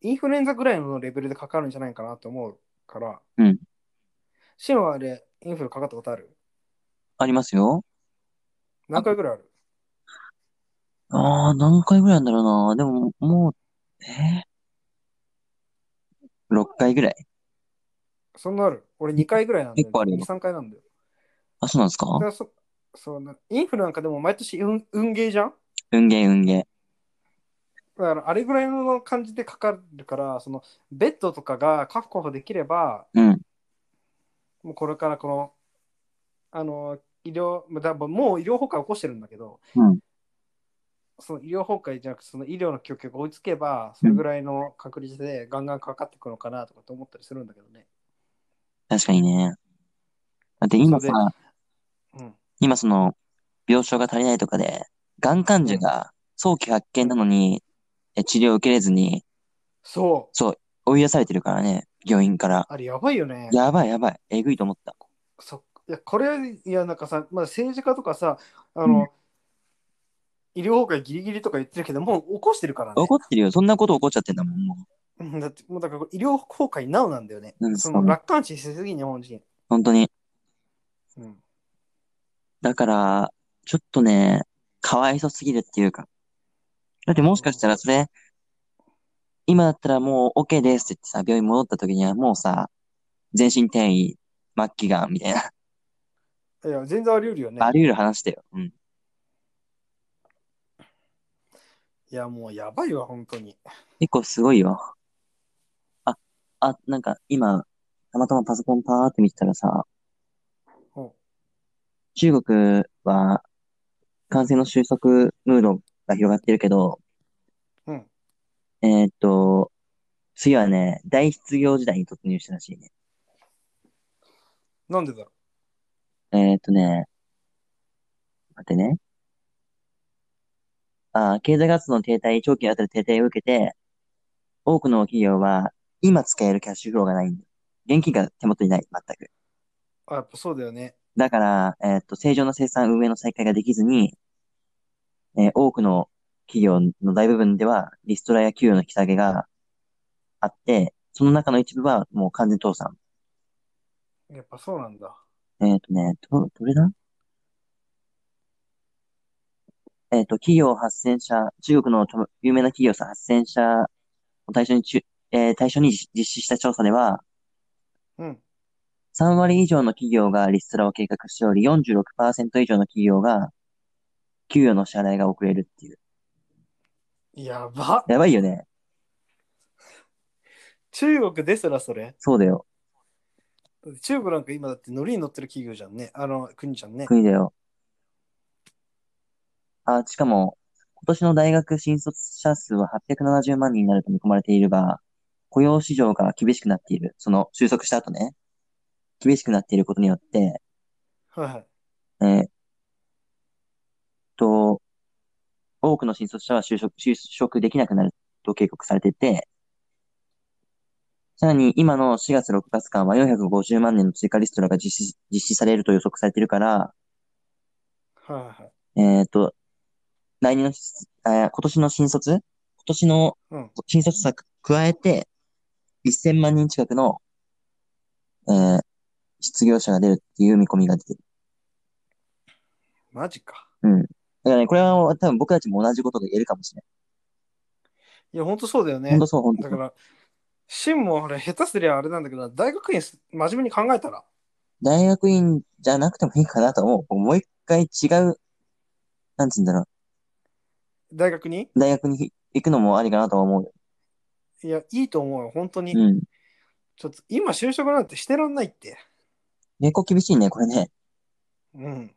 Speaker 1: インフルエンザぐらいのレベルでかかるんじゃないかなと思うから
Speaker 2: うん
Speaker 1: シンはあれインフルかかったことある
Speaker 2: ありますよ。
Speaker 1: 何回ぐらいある
Speaker 2: ああ、何回ぐらいなんだろうな。でも、もう、えー、6回ぐらい。
Speaker 1: そんなある俺2回ぐらいなんだよ。
Speaker 2: 結構あるよ
Speaker 1: 2、3回なんだよ。
Speaker 2: あ、そうなんですか
Speaker 1: だからそそうなインフルなんかでも毎年運運ゲーじゃん
Speaker 2: 運ゲー運ゲ
Speaker 1: だからあれぐらいの感じでかかるから、そのベッドとかが確保できれば、
Speaker 2: ー。うん。
Speaker 1: もうこれからこの、あの、医療、まあだもう医療崩壊起こしてるんだけど、
Speaker 2: うん
Speaker 1: その医療崩壊じゃなくて、その医療の供給が追いつけば、それぐらいの確率でガンガンかかってくのかなとかと思ったりするんだけどね。
Speaker 2: 確かにね。だって今
Speaker 1: それ
Speaker 2: さ、
Speaker 1: うん。
Speaker 2: 今その、病床が足りないとかで、がん患者が早期発見なのに、え治療を受けれずに
Speaker 1: そう。
Speaker 2: 追い出されてるからね、病院から。
Speaker 1: あれ、やばいよね。
Speaker 2: やばいやばい、えぐいと思った。
Speaker 1: そいやこれいやなんかさ、まあ、政治家とかさあの、
Speaker 2: う
Speaker 1: 医療崩壊ギリギリとか言ってるけどもう起こしてるからね
Speaker 2: 怒ってるよ、そんなこと起こっちゃってんだもん、もう。
Speaker 1: うんだってもうだからこれ医療崩壊なおなんだよね、
Speaker 2: うん
Speaker 1: そ
Speaker 2: そ
Speaker 1: の
Speaker 2: う
Speaker 1: 楽観視しすぎ日本人、
Speaker 2: 本当に。
Speaker 1: うん、
Speaker 2: だから、ちょっとね、かわいそすぎるっていうか。だってもしかしたらそれ、今だったらもう OK ですって言ってさ、病院戻った時にはもうさ、全身転移、末期がんみたいな、
Speaker 1: いや全然あり得るよね
Speaker 2: あり得る話だよ。うん。
Speaker 1: いやもうやばいわ本当に
Speaker 2: 結構すごいよ。あ、あ、なんか今、たまたまパソコンパーって見てたらさ
Speaker 1: うん、
Speaker 2: 中国は感染の収束ムードが広がってるけど、
Speaker 1: うん
Speaker 2: えーっと、次はね、大失業時代に突入したらしいね。
Speaker 1: なんでだろ
Speaker 2: えーっとね、待ってね。あー、経済活動の停滞、長期にわたる停滞を受けて、多くの企業は今使えるキャッシュフローがないんだ。現金が手元にない、全く。
Speaker 1: うあやっぱそうだよね
Speaker 2: だから、えーっと、正常な生産運営の再開ができずに、えー多くの企業の大部分ではリストラや給与の引き下げがあって、その中の一部はもう完全倒産。
Speaker 1: やっぱそうなんだ
Speaker 2: えっとね、ど、どれだえっと、企業8000社、中国のと有名な企業さ、8000社を対象にちゅ、えー対象に実実施した調査では、
Speaker 1: うん
Speaker 2: 3割以上の企業がリストラを計画しており、46%以上の企業が給与の支払いが遅れるっていう。
Speaker 1: やば
Speaker 2: やばいよね。
Speaker 1: 中国ですらそれ
Speaker 2: そうだよ。
Speaker 1: だって中国なんか今だって乗りに乗ってる企業じゃんねあの国じゃんね
Speaker 2: 国だよ。あ、しかも、今年の大学新卒者数は870万人になると見込まれているが、雇用市場が厳しくなっている。その、収束した後ね。厳しくなっていることによって、
Speaker 1: はいはい
Speaker 2: えーっと、多くの新卒者は就職、就職できなくなると警告されていて、さらに今の4月6月間は450万人の追加リストラが実施、実施されると予測されているから、
Speaker 1: はいはいはい
Speaker 2: えっと、来年のし、えー今年の新卒今年の
Speaker 1: うん
Speaker 2: 新卒者加えて、1000万人近くの、えー失業者が出るっていう見込みが出てる。
Speaker 1: マジか
Speaker 2: だからね、これは多分僕たちも同じことが言えるかもしれ
Speaker 1: いやほんとそうだよね
Speaker 2: ない。ほんとそう、ほんと
Speaker 1: だ
Speaker 2: そう。
Speaker 1: から、真も俺、下手すりゃあれなんだけど、大学院す真面目に考えたら、
Speaker 2: 大学院じゃなくてもいいかなと思う。もう一回違う、なんつうんだろ
Speaker 1: 大学に
Speaker 2: う。大学に行くのもありかなとは思うよ。
Speaker 1: いや、いいと思うよ、本当に。
Speaker 2: うん。
Speaker 1: ちょっと、今、就職なんてしてらんないって。
Speaker 2: 結構厳しいね、これね。
Speaker 1: うん。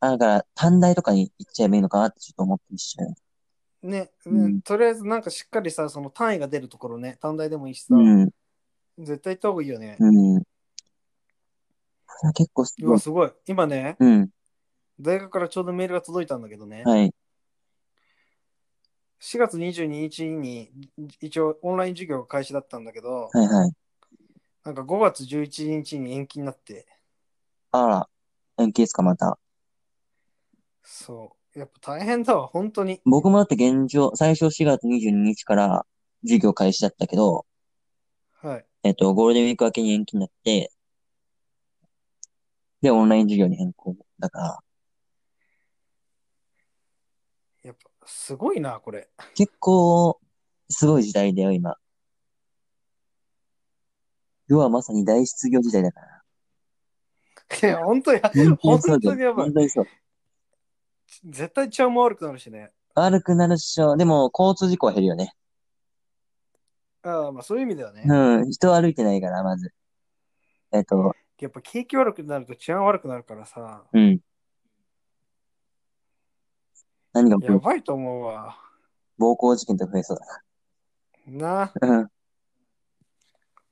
Speaker 2: あだから、短大とかに行っちゃえばいいのかなってちょっと思ってましたよ。
Speaker 1: ね、
Speaker 2: うん
Speaker 1: うんとりあえず、なんかしっかりさ、その単位が出るところね、短大でもいいしさ、
Speaker 2: うん。
Speaker 1: 絶対行った方がいいよね。
Speaker 2: うん。これは結構す
Speaker 1: う
Speaker 2: ご
Speaker 1: わ、
Speaker 2: い。
Speaker 1: すごい。今ね、
Speaker 2: うん。
Speaker 1: 大学からちょうどメールが届いたんだけどね、
Speaker 2: はい。
Speaker 1: 4月22日に、一応、オンライン授業が開始だったんだけど、
Speaker 2: はいはい。
Speaker 1: なんか5月11日に延期になって、
Speaker 2: あら、延期ですか、また。
Speaker 1: そう、やっぱ大変だわ、本当に。
Speaker 2: 僕もだって現状、最初4月22日から授業開始だったけど、
Speaker 1: はい。
Speaker 2: えっと、ゴールデンウィーク明けに延期になって、で、オンライン授業に変更。だか
Speaker 1: やっぱすごいな、これ。
Speaker 2: ら、結構、すごい時代だよ、今。要はまさに大失業時代だから。
Speaker 1: いや、本当や、本
Speaker 2: (laughs) 本当にそうだ
Speaker 1: 当
Speaker 2: よ
Speaker 1: にやばい
Speaker 2: 本。当にそう。
Speaker 1: 絶対治安も悪くなるしね。
Speaker 2: 悪くなるっしょ。でも、交通事故は減るよね。
Speaker 1: ああ、まあそういう意味ではね。
Speaker 2: うん、人は歩いてないから、まず。えっと、
Speaker 1: やっぱ景気悪くなると治安悪くなるからさ、
Speaker 2: うん。何が起こ
Speaker 1: や
Speaker 2: る
Speaker 1: ばいと思うわ。
Speaker 2: 暴行事件とか増えそう
Speaker 1: なあ、
Speaker 2: だな。うん。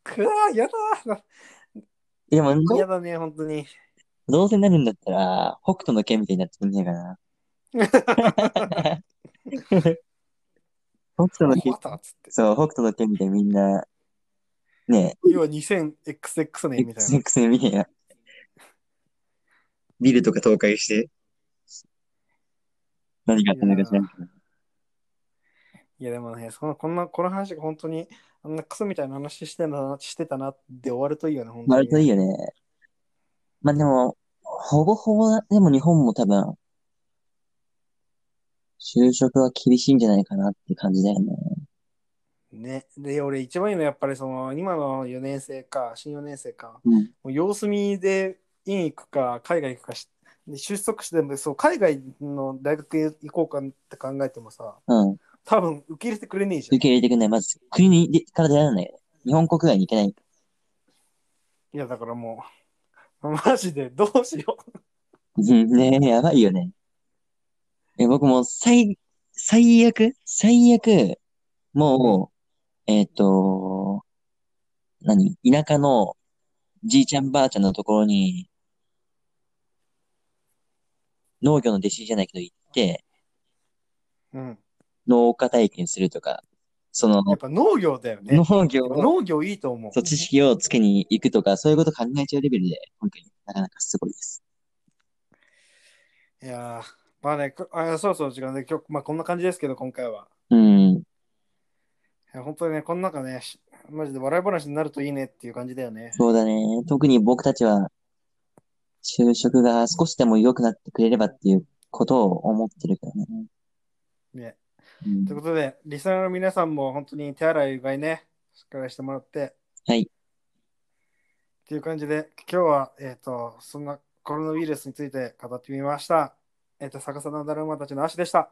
Speaker 1: くわー、やだー。
Speaker 2: でも、ど
Speaker 1: やだね、本当に。
Speaker 2: (laughs) どうせなるんだったら、北斗の剣みたいになってくんねえかな。北斗の剣
Speaker 1: ま、たっつって。
Speaker 2: そう、北斗の剣みたいにみんな、ね
Speaker 1: 要は 2000XX
Speaker 2: え、
Speaker 1: 年みたいな。
Speaker 2: XX みたいな。ビルとか倒壊して、何があったのか知らんけど
Speaker 1: いやでもね、そのこんなこの話が本当にあんなクソみたいな話してたなしてたなって終わるといいよね、本当
Speaker 2: 割
Speaker 1: に。
Speaker 2: といいよね。まあでも、ほぼほぼ、でも日本も多分、就職は厳しいんじゃないかなって感じだよね。
Speaker 1: ね。で、俺一番いいのはやっぱりその今の4年生か、新4年生か、
Speaker 2: うん。
Speaker 1: もう様子見で院行くか、海外行くかし、で出足してもそう、海外の大学へ行こうかって考えてもさ、
Speaker 2: うん。
Speaker 1: 多分受け入れてくれねえじゃ
Speaker 2: 受け入れてくんない。まず、国にでから出られないよね。日本国外に行けない。
Speaker 1: ん。いや、だからもう、 (laughs) マジでどうしよう。
Speaker 2: うん (laughs) ねえ、やばいよね。え、僕も最、最悪最悪、もう、えっと、何田舎のじいちゃんばあちゃんのところに、農業の弟子じゃないけど行って、
Speaker 1: うん。
Speaker 2: 農家体験するとか、その、
Speaker 1: やっぱ農業だよね。
Speaker 2: 農業を、
Speaker 1: 農業いいと思う。
Speaker 2: そう、知識をつけに行くとか、そういうこと考えちゃうレベルで、本当になかなかすごいです。
Speaker 1: いやー、まあね、くあそうそう時間で、今日、まあこんな感じですけど、今回は。
Speaker 2: うん。
Speaker 1: いや本当にね、この中ね、しマジで笑い話になるといいねっていう感じだよね。
Speaker 2: そうだね。特に僕たちは、就職が少しでも良くなってくれればっていうことを思ってるからね。
Speaker 1: ね
Speaker 2: うん
Speaker 1: ということで、リスナーの皆さんも本当に手洗いうがいね、しっかりしてもらって。
Speaker 2: はい
Speaker 1: っていう感じで、今日は、えっ、と、そんなコロナウイルスについて語ってみました。えっ、と、逆さのだるまたちの足でした。